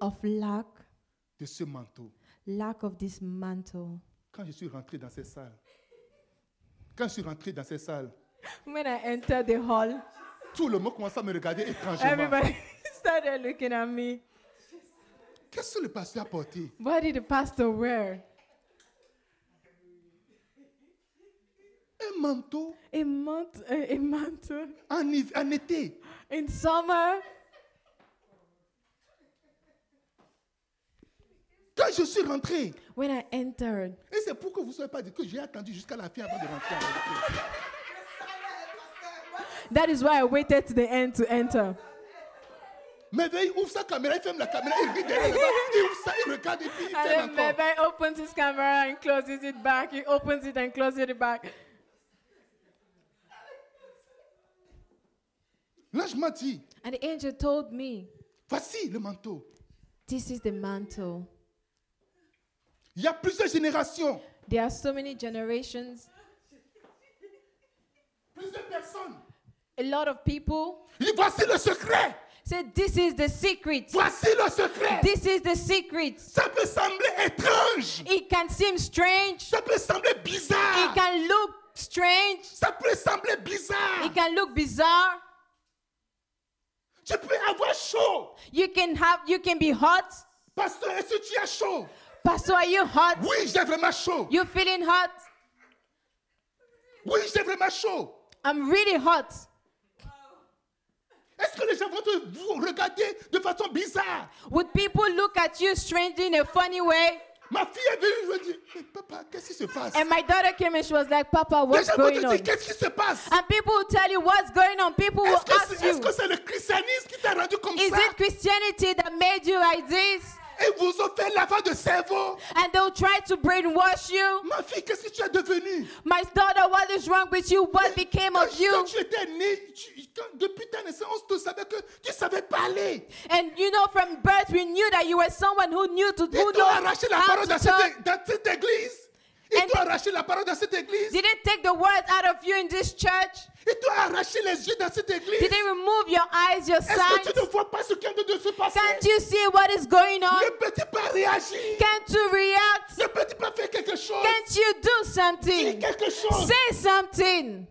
of lack,
de ce manteau.
lack of this mantle.
Quand je suis rentré dans ces salles, quand je suis rentré dans ces salles,
When I entered the hall,
tout le monde commençait à me regarder
Ah,
étrangement.
everybody started looking at me.
Qu'est-ce que le pasteur a porté
What did the pastor wear?
Un manteau
A mant- a, a mantle.
en, hiv- en été.
In summer,
Quand je suis rentré,
when I entered,
Et c'est pour que vous ne soyez pas dit que j'ai attendu jusqu'à la fin avant de rentrer avec eux.
that is why I waited to the end to enter.
Mais veille, ouvre sa caméra, il ferme la caméra, il rit derrière la caméra, il ouvre ça, il regarde et puis il ferme
And then
encore.
Bebe opens his camera and closes it back. He opens it and closes it back.
L'ange m'a dit,
And the angel told me,
voici le manteau.
This is the mantle.
Il y a plusieurs générations,
There are so many generations,
plusieurs personnes.
a lot of people.
Il dit, voici le secret,
Say, This is the secret.
voici le secret.
This is the secret.
Ça peut sembler étrange,
It can seem strange.
ça peut sembler
It
bizarre,
can look strange.
ça peut sembler bizarre.
It can look bizarre.
Tu peux avoir chaud.
You can have you can be hot.
Pasteur, est-ce que tu as chaud?
Pastor, are you hot?
Oui, j'ai vraiment chaud.
You feeling hot?
Oui, j'ai vraiment chaud.
I'm really hot.
Est-ce que les gens vont te vous regarder de façon bizarre
Would people look at you strangely in a funny way?
Ma fille est venue, je lui ai dit, mais papa, qu'est-ce qui se passe
And my daughter came and she was like, Papa,
Les
what's
gens vont
going
te
on?
dire, qu'est-ce qui se passe
And people will tell you what's going on. People will
Est-ce que
ask
c'est est-ce
you,
que c'est le christianisme qui t'a rendu comme
Is
ça
it Christianity that made you like this?
Et vous ont fait lavage de cerveau
And they'll try to brainwash you.
Ma fille, qu'est-ce que tu es devenue
My daughter, what is wrong with you? What became
quand,
of you?
quand tu étais née, tu- quand- depuis ta naissance, on te savait que tu savais parler.
And you know, from birth, we knew that you were someone who knew to
Ils
who
t'ont
know
arraché la
how
parole
to
dans cette,
talk.
é- dans cette église. Ils
And-
t'ont arraché la parole dans cette église.
Did it take the words out of you in this church?
Ils t'ont arraché les yeux dans cette église.
Did it remove your eyes, your
Est-ce que tu ne
sight?
vois pas ce qui est en train de se passer
Can't you see what is going on?
Ne peux-tu pas réagir
Can't you react?
Ne peux-tu pas faire quelque chose
Can't you do
Dis
something?
quelque chose
Say something.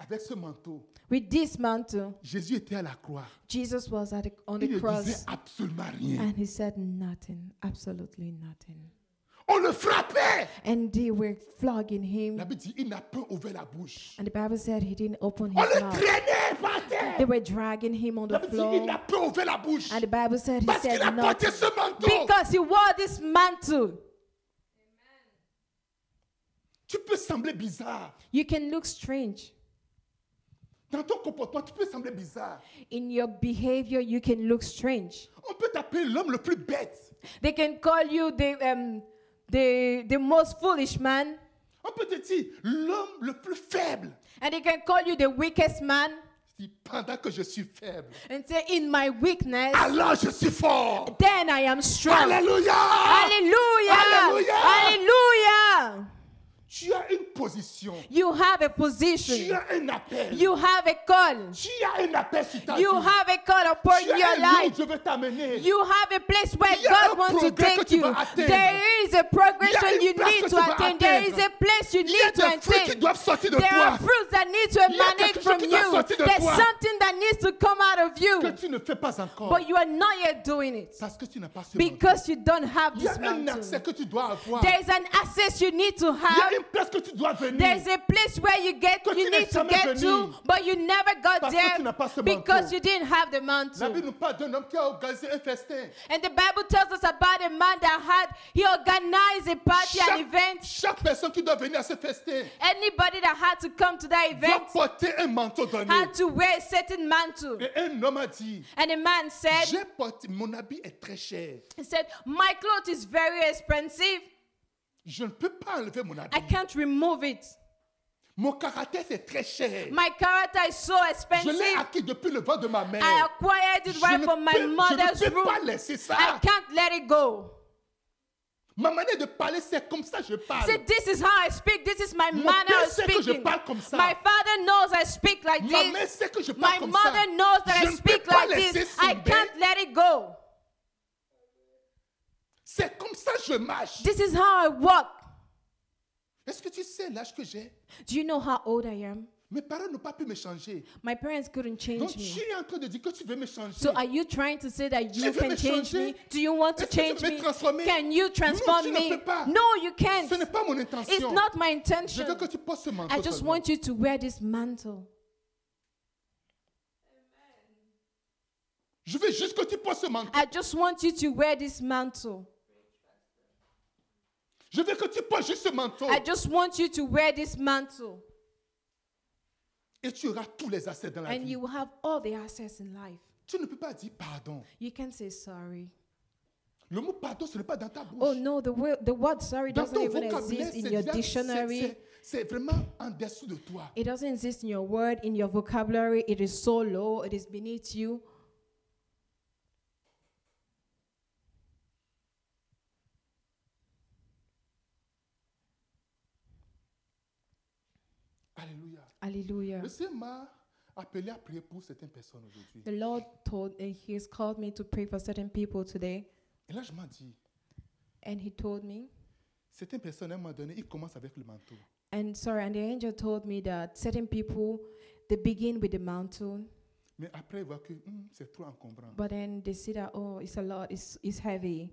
Avec ce manteau,
With this mantle,
Jésus était à la croix.
Jesus was at the,
Il
on the
ne disait
cross
absolument rien.
and he said nothing, absolutely nothing.
On le frappait.
And they were flogging
La
him.
Bible dit, il n'a pas ouvert la bouche.
And the Bible said he didn't open
On
his
le
mouth.
traînait par
They
terre.
were dragging him on
La
the
Bible dit, il
floor.
n'a pas ouvert la bouche.
And the Bible said he
Parce qu'il a
said
porté
nothing.
ce manteau.
Because he wore this mantle.
Tu peux sembler bizarre.
You can look strange.
Dans ton comportement, tu peux sembler bizarre.
In your behavior, you can look strange.
On peut t'appeler l'homme le plus bête.
They can call you the, um, the, the most foolish man,
On peut te dire l'homme le plus faible.
and they can call you the weakest man
Je dis, pendant que je suis faible,
and say, In my weakness,
alors je suis fort.
then I am strong.
Alléluia.
Hallelujah!
Hallelujah.
Hallelujah!
Tu as une position.
You have a
Tu
position.
as un appel.
You have a call.
Tu as un appel sur ta
You
vie.
have a call upon
tu as
your
un lieu où
life.
je veux t'amener.
You have a place where
Il y a un
God wants to
progrès que
take
tu
you.
vas atteindre.
There is a
Il y
progression
a
you
une place
need
que
to
tu vas
attain. There is
atteindre.
a place you
Il y a
need to
des fruits qui
attain.
doivent sortir de
There
toi
are fruits that need to
Il y a quelque
emanate
chose
from
qui doit sortir
you.
de
There's
toi.
something that needs to come out of you,
que tu ne fais pas encore
but you are not yet doing it
parce que tu n'as pas ce manteau.
because you don't have
Il y
this
a un accès
mantle.
que tu dois avoir.
There is an access you need
Il y
to have.
a une place que tu dois venir.
There's a place where you get
Que tu
you
n'es
need to
jamais
get to,
venu.
but you never got
Parce que tu
there
n'as pas ce
because
manteau.
you didn't have
La
the
Bible
mantle.
nous parle d'un homme qui a organisé un festin.
And the Bible tells us about a man that had he organized a party, an
Chaque,
event.
chaque personne qui doit venir à ce festin
Anybody that had to come to that event
doit porter un manteau donné.
had to wear a certain mantle.
Et un homme a dit,
And the man said,
j'ai porté, mon habit est très cher.
He said, My cloth is very expensive.
Je ne peux pas enlever mon habit.
I can't remove it.
Mon caractère, c'est très cher.
My character is so
Je l'ai
expensive.
acquis depuis le ventre de ma mère.
I acquired
Je
it right
ne
from my
peux, je ne
mother's
peux pas
room.
laisser
I
ça.
can't let it go.
Ma manière de parler, c'est comme ça que je
He
parle.
said, This is how I speak. This is my
Mon
manner
père
of
sait que je
speaking.
parle comme ça.
My father knows I speak like
Ma mère
this.
sait que je parle
My
comme
mother
ça.
knows that
je
I
ne peux
speak
pas
like
laisser
this. I
tomber.
can't let it go.
C'est comme ça que je marche.
This is how I walk.
Est-ce que tu sais l'âge que j'ai
Do you know how old I am?
Mes parents n'ont pas pu me changer.
My parents couldn't
Donc
change
tu
me.
es en train de dire que tu veux me changer.
So are you trying to say that
veux
you
me
can change
changer?
me? Do you want to
Est-ce que tu
change
veux
me?
transformer?
Can you
tu
transform
ne
me?
peux pas.
No, you can't.
Ce n'est pas mon
It's
intention.
not my
Je
intention.
veux que tu portes ce manteau.
I just
seulement.
want you to wear this mantle.
Je veux juste que tu portes ce manteau.
I just want you to wear this mantle.
Je veux que tu portes juste ce manteau.
I just want you to wear this mantle.
Et tu auras tous les accès dans la
And
vie.
you will have all the access in life.
Tu ne peux pas dire pardon.
You can say sorry.
Le mot pardon, ce n'est pas dans ta bouche.
Oh no, the word, the word sorry
dans
doesn't
ton
even
vocabulaire,
exist in
c'est
your
déjà- c'est-
dictionary.
c'est- c'est vraiment en dessous de toi.
It doesn't exist in your word, in your vocabulary. It is so low, it is beneath you.
Alléluia.
Hallelujah.
Le Seigneur m'a appelé à prier pour certaines personnes aujourd'hui.
The Lord told, and He has called me to pray for certain people today.
Et là, je m'en dis,
And He told me,
certaines personnes, à un moment donné, ils commencent avec le manteau.
and sorry, and the angel told me that certain people, they begin with the mantle,
Mais après, ils voient que hum, c'est trop encombrant.
but then they see that, oh, it's a lot, it's, it's heavy.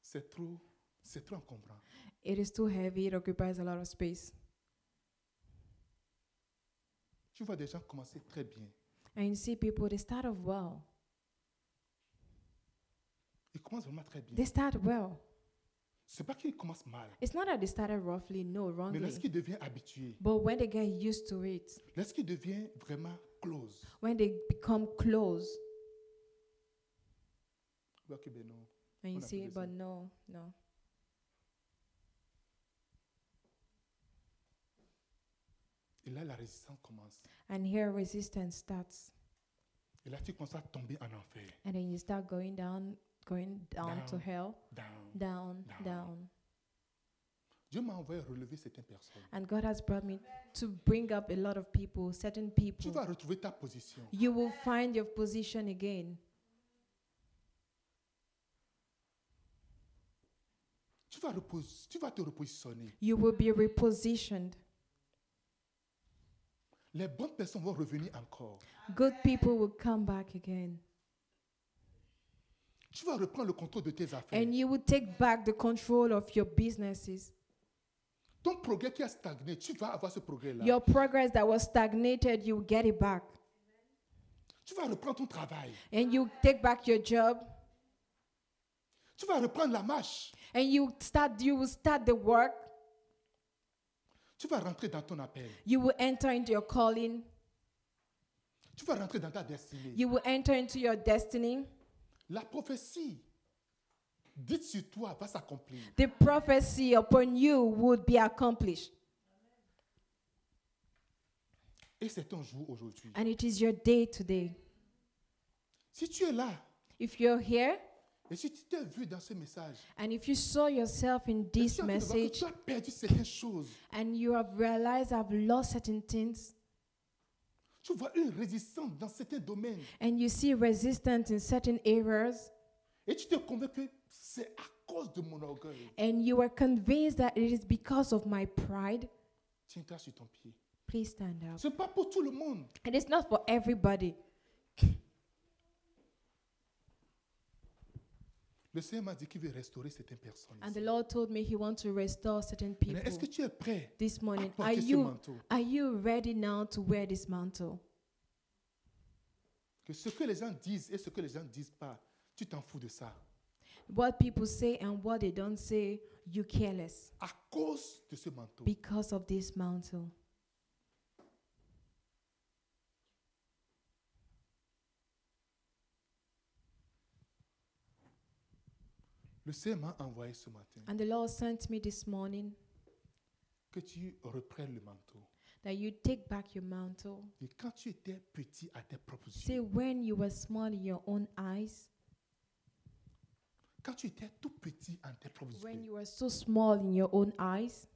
C'est trop, c'est trop encombrant.
It is too heavy, it occupies a lot of space.
Tu vois des gens commencer très bien.
And you see people, they start off well.
Ils commencent vraiment très bien.
They start well.
C'est pas qu'ils commencent mal.
It's not that they started roughly, no,
Mais
wrongly.
lorsqu'ils deviennent habitués,
But when they get used to it,
lorsqu'ils deviennent vraiment close,
when they become close,
ils voient que ben non,
and you
On a
see,
plus de
but
ça.
no, no.
Et là, la résistance commence.
And here resistance starts.
Et là, tu commences à tomber en enfer.
And then you start going down, going down, to
Down.
hell,
Down.
down,
Down.
down,
Dieu m'a envoyé relever certaines personnes.
And God has brought me to bring up a lot of people, certain
Tu
people.
vas retrouver ta position.
You will find your position again.
Tu vas, repos- tu vas te repositionner.
You will be repositioned.
les bonnes personnes vont revenir encore.
Good people will come back again.
Tu vas reprendre le contrôle de tes affaires.
And you will take back the control of your businesses.
Ton progrès qui a stagné, tu vas avoir ce progrès-là.
Your progress that was stagnated, you will get it back.
Tu vas reprendre ton travail.
And you take back your job.
Tu vas reprendre la marche.
And you start you will start the work.
Tu vas rentrer dans ton appel.
You will enter into your calling.
Tu vas rentrer dans ta destinée.
You will enter into your destiny.
La prophétie dite sur toi va s'accomplir.
The prophecy upon you would be accomplished.
Et c'est ton jour aujourd'hui.
And it is your day today.
Si tu es là
If you're here
et si tu t'es vu dans ce message,
and if you saw yourself in
et
this
si tu as envie de voir que
message
tu as perdu certaines choses,
and you have realized I've lost certain things
tu vois une résistance dans certains domaines
and you see resistance in certain areas
et tu te convaincs que c'est à cause de mon orgueil.
and you are convinced that it is because of my pride,
Tiens-toi sur ton pied.
please stand up.
Ce n'est pas pour tout le monde.
And it's not for everybody.
Le Seigneur m'a dit qu'il veut restaurer certaines personnes.
And
ici.
the Lord told me He wants to restore certain
Mais
people
Est-ce que tu es prêt
this
à
morning. Are
porter ce
you
manteau?
are you ready now to wear this mantle?
Que ce que les gens disent et ce que les gens ne disent pas, tu t'en fous de ça.
What people say and what they don't say, you careless
À cause de ce manteau.
because of this mantle.
Le Seigneur m'a envoyé ce matin
And the Lord sent me this morning
que tu reprennes le manteau.
that you take back your mantle.
Et quand tu étais petit à tes propres
Say
yeux,
when you were small in your own eyes,
quand tu étais tout petit à tes propres
when
yeux,
you were so small in your own eyes,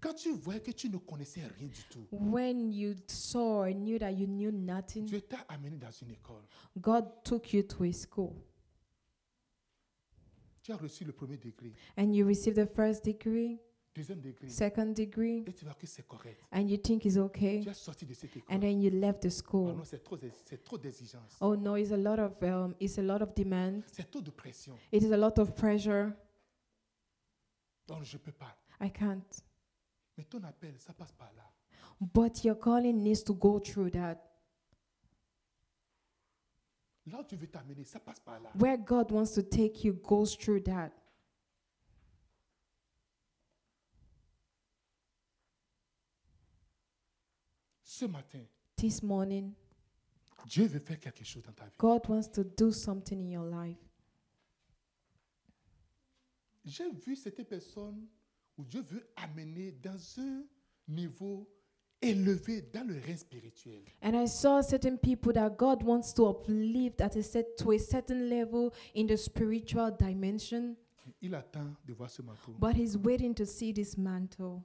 quand tu voyais que tu ne connaissais rien du tout,
when you saw and knew that you knew nothing,
Dieu t'a amené dans une école.
God took you to a school
Tu as reçu le premier degré,
and you received the first degree,
deuxième degré,
second degree,
et tu vois que c'est correct.
and you think it's okay,
Tu es sorti de cette
and
école.
then you left
Oh
the
non,
school.
c'est trop, c'est trop d'exigence.
Oh no, it's a lot of um, it's a lot of demand.
C'est trop de pression.
It is a lot of pressure.
Non, je ne peux pas.
I can't.
Mais ton appel, ça passe par là.
But your calling needs to go through that.
Là où tu veux t'amener, ça passe par là.
Where God wants to take you goes through that.
Ce matin,
This morning,
Dieu veut faire quelque chose dans ta vie.
God wants to do something in your life.
J'ai vu cette personne où Dieu veut amener dans un niveau élevé dans le règne spirituel.
And I saw certain people that God wants to uplift at a set to a certain level in the spiritual dimension,
Il attend de voir ce manteau.
but He's waiting to see this mantle.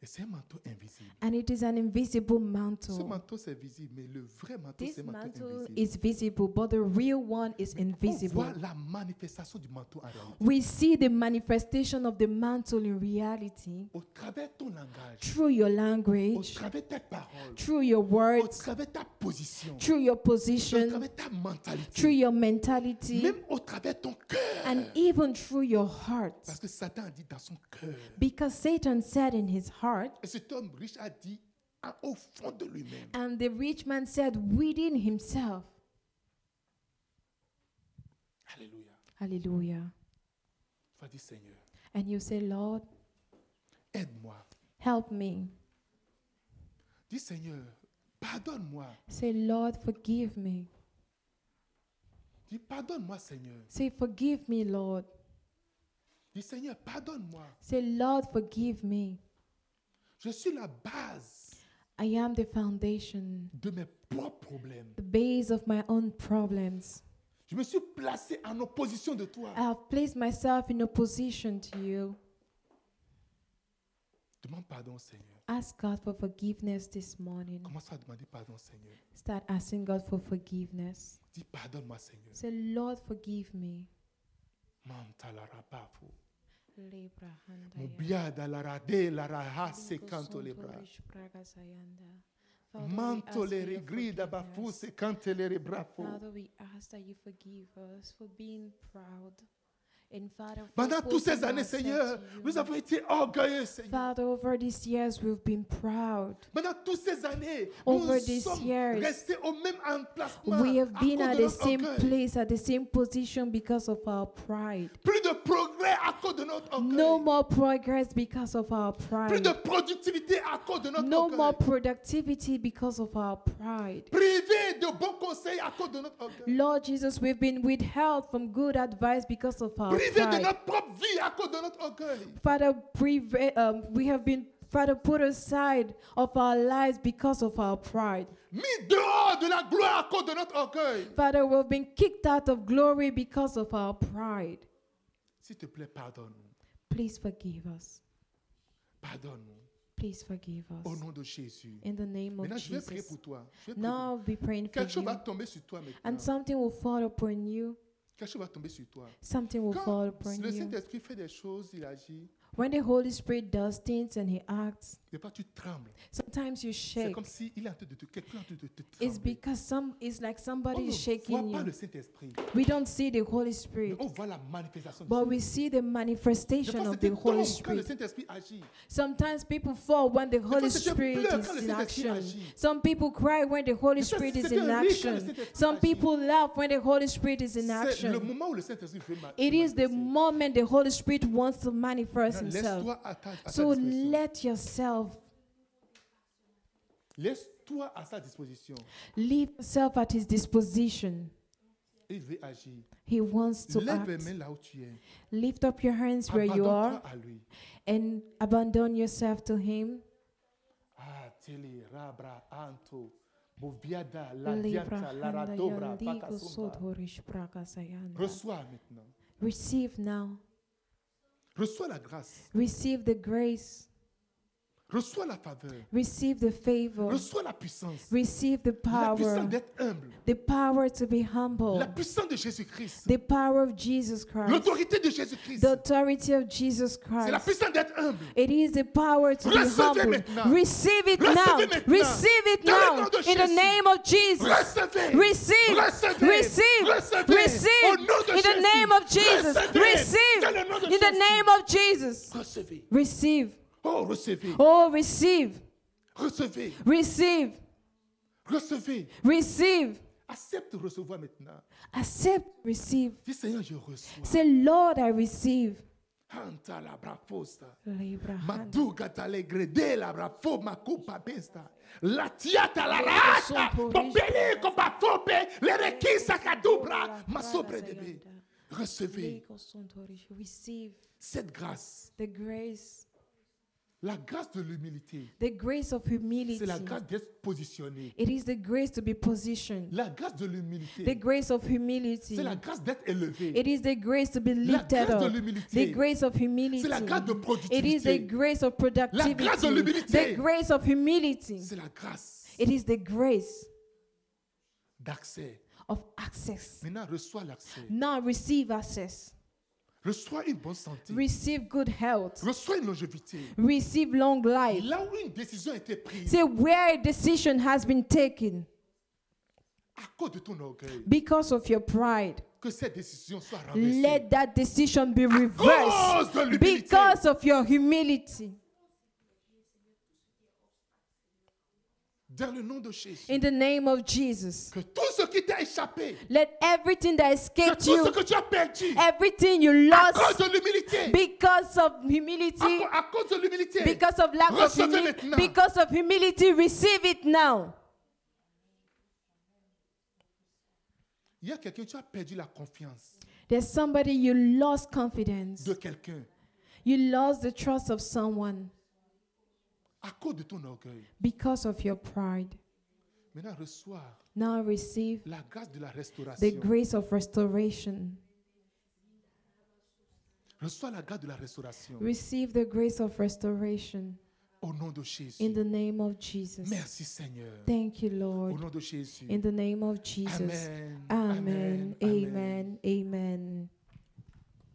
Et c'est un manteau invisible.
And it is an invisible
Ce
mantle.
manteau, c'est visible, mais le vrai manteau,
This
c'est un manteau
mantle Oh,
invisible.
is visible, but the real one is
On
invisible.
voit la manifestation du manteau en réalité.
We see the manifestation of the mantle in reality
Au travers ton langage,
through your
au
language,
travers tes paroles,
through your
au
words,
travers ta position,
through your
au
position,
travers ta
through
mentalité,
your mentality,
même au travers de ton cœur.
and even through your heart.
Parce que Satan a dit dans son cœur.
Because Satan said in his heart,
Et cet homme riche a dit en- au fond de lui-même.
and the rich man said within himself,
Alléluia.
Hallelujah.
Tu vas dire Seigneur,
And you say, Lord,
aide-moi.
help me.
Dis Seigneur, pardonne-moi.
Say, Lord, forgive me.
Dis pardonne-moi Seigneur.
Say, forgive me, Lord.
Dis Seigneur, pardonne-moi.
Say, Lord, forgive me.
Je suis la base
I am the foundation,
de mes propres problèmes.
the base of my own problems.
Je me suis placé en opposition de toi.
I have placed myself in opposition to you.
Demande pardon au Seigneur.
Ask God for forgiveness this morning.
Commence à demander pardon au Seigneur.
Start asking God for forgiveness.
Dis pardonne-moi Seigneur.
Say, Lord, forgive me.
Mantalarabafo.
Libra handa ya.
Mubiada la rade la raha
Lingo
sekanto le bra.
sunto rishpraga sayanda. Father, we ask
Manto
for
le
your
regrida bafu
forgiveness.
sekante le rebrafo.
Father, we ask that you forgive us for being proud. And Father, for
Pendant toutes ces
opposing
années,
ourselves
Seigneur,
to you.
nous avons été orgueilleux, Seigneur.
Father, over these years we've been proud.
Pendant toutes ces années,
Over
nous
these
sommes
years,
restés au même emplacement.
We have
à
been
cause
at
de
the
notre
same
orgueil.
place, at the same position because of our pride.
Plus de progrès à cause de notre orgueil.
No more progress because of our
Plus
pride.
de productivité à cause de notre
No
orgueil.
more productivity because of our pride.
Privé de bons conseils à cause de notre orgueil.
Lord Jesus, we've been withheld from good advice because of our
Privé de
pride.
notre propre vie à cause de notre orgueil.
Father, priva- um, we have been, Father, put aside of our lives because of our pride.
Mis dehors de la gloire à cause de notre orgueil.
Father, we've been kicked out of glory because of our pride.
S'il te plaît, pardonne-nous.
Please forgive us.
Pardonne-nous.
Please forgive
Au
us.
nom de Jésus.
In the name of
Maintenant, Oh, je vais prier
Jesus.
pour toi. Je vais prier
Now
pour-
I'll be praying for
Quelque chose va
you.
tomber sur toi maintenant.
And something will fall upon you.
Quelque chose va tomber sur toi.
Something will fall
Quand
upon
le
Oh, you.
Saint-Esprit fait des choses, il agit,
When the Holy Spirit does things and He acts,
des fois tu trembles.
sometimes
C'est
you shake.
comme s'il est en train de te, quelqu'un est en train de te trembler.
It's because some it's like
on
somebody
ne
is
voit
shaking
pas le
you.
Saint-Esprit,
We don't see the Holy
mais
Spirit,
on voit la manifestation du
but we
Saint-Esprit.
see the
Des
manifestation
fois,
of
c'était
the
tombe
Holy
quand le
Spirit.
Saint-Esprit agit.
Sometimes people fall when the Holy
c'était
Spirit
pleure
is
quand le
in
Saint-Esprit
action.
agit.
Some people cry when the Holy
Des fois,
Spirit is
c'était
in
rire quand le
action.
Saint-Esprit
Some
agit.
people laugh when the Holy Spirit is in
C'est le
action.
moment où le Saint-Esprit veut ma-
It
se
is the
manifester.
moment the Holy Spirit wants to manifest
Non,
Himself.
Laisse-toi à ta, à ta
So
disposition.
let yourself
Laisse-toi à sa disposition.
leave yourself at His disposition.
Et il veut agir.
He wants to
Lève les
act.
mains là où tu es.
Lift up your hands where you are
Abandonne-toi à lui.
and abandon yourself to Him.
Ah, tele, rabra, anto, boviada, la dianta, la radobra,
Librahanda
bakasomba.
yandikosodhorish prakasayanda.
Reçois maintenant.
Receive now.
Reçois la grâce.
Receive the grace.
Reçois la faveur.
Receive the favor.
Reçois la puissance.
Receive the
La
power.
puissance d'être humble.
The power to be humble.
La puissance de Jésus-Christ.
The power of Jesus Christ.
L'autorité de Jésus-Christ.
The authority of Jesus
C'est la
Christ.
puissance d'être humble.
It is the power to be
Recevez
humble.
maintenant.
Receive it
Recevez
now.
maintenant.
Receive it
Dans le
now.
nom de
In the
Jésus.
name of Jesus.
Recevez.
Receive.
Recevez.
Receive.
Recevez. Au
Receive.
nom de
In the
Jésus.
name of Jesus.
Recevez.
Receive.
Dans le nom de
In the
Jésus.
name of Jesus.
Recevez.
Receive.
Oh, recevez.
Oh, receive.
Recevez.
Receive.
Recevez.
Receive.
Accepte de recevoir maintenant.
Accept. Receive.
Dis Seigneur, je reçois.
Say, Lord, I receive.
Anta la brafosa.
Libra hand.
Maduga t'alegre de la brafo ma coupa besta. La tiata la raza. Pompele copafope. Le requisa cadubra. Ma sobre de bé. Recevez
Likosodhorish. Receive
cette grâce.
the grace.
La grâce de l'humilité.
The grace of humility.
C'est la grâce d'être positionné.
It is the grace to be positioned.
La grâce de
The
l'humilité.
grace of humility.
C'est la grâce d'être élevé.
It is the grace to be lifted
grâce de
up.
l'humilité.
The grace of humility.
C'est la grâce de
It is the
productivité.
grace of
grâce de
productivity.
l'humilité.
The grace of humility.
C'est la grâce
It is the grace
d'accès.
of access.
Maintenant, reçois l'accès.
Now receive access.
Reçois une bonne santé.
Receive good health.
Reçois une longévité.
Receive long life.
Là où une décision a été prise
Say where a decision has been taken
à cause de ton orgueil,
because of your pride.
que cette décision soit renversée.
Let that decision be
cause
reversed
de l'humilité.
because of your humility.
Dans le nom de Jésus,
In the name of Jesus.
que tout ce qui t'a échappé,
Let everything that
que
escaped
tout ce
you,
que tu as perdu,
everything you
à cause
lost
de l'humilité,
because of
à,
humility,
co- à cause de l'humilité,
because of lack of
Recevez
humility,
maintenant.
because of humility, receive it now.
il y a quelqu'un, tu as perdu la confiance
There's somebody you lost confidence.
de quelqu'un
You lost the trust of someone
à cause de ton orgueil.
because of your pride.
Maintenant, reçois
Now receive
la grâce de la
the
restauration.
grace of restoration.
Reçois la grâce de la restauration
Receive the grace of restoration
au nom de Jésus.
in the name of Jesus.
Merci Seigneur.
Thank you,
Au
Lord.
nom de Jésus.
In the name of Jesus.
Oh, Amen.
Amen. Amen. Amen.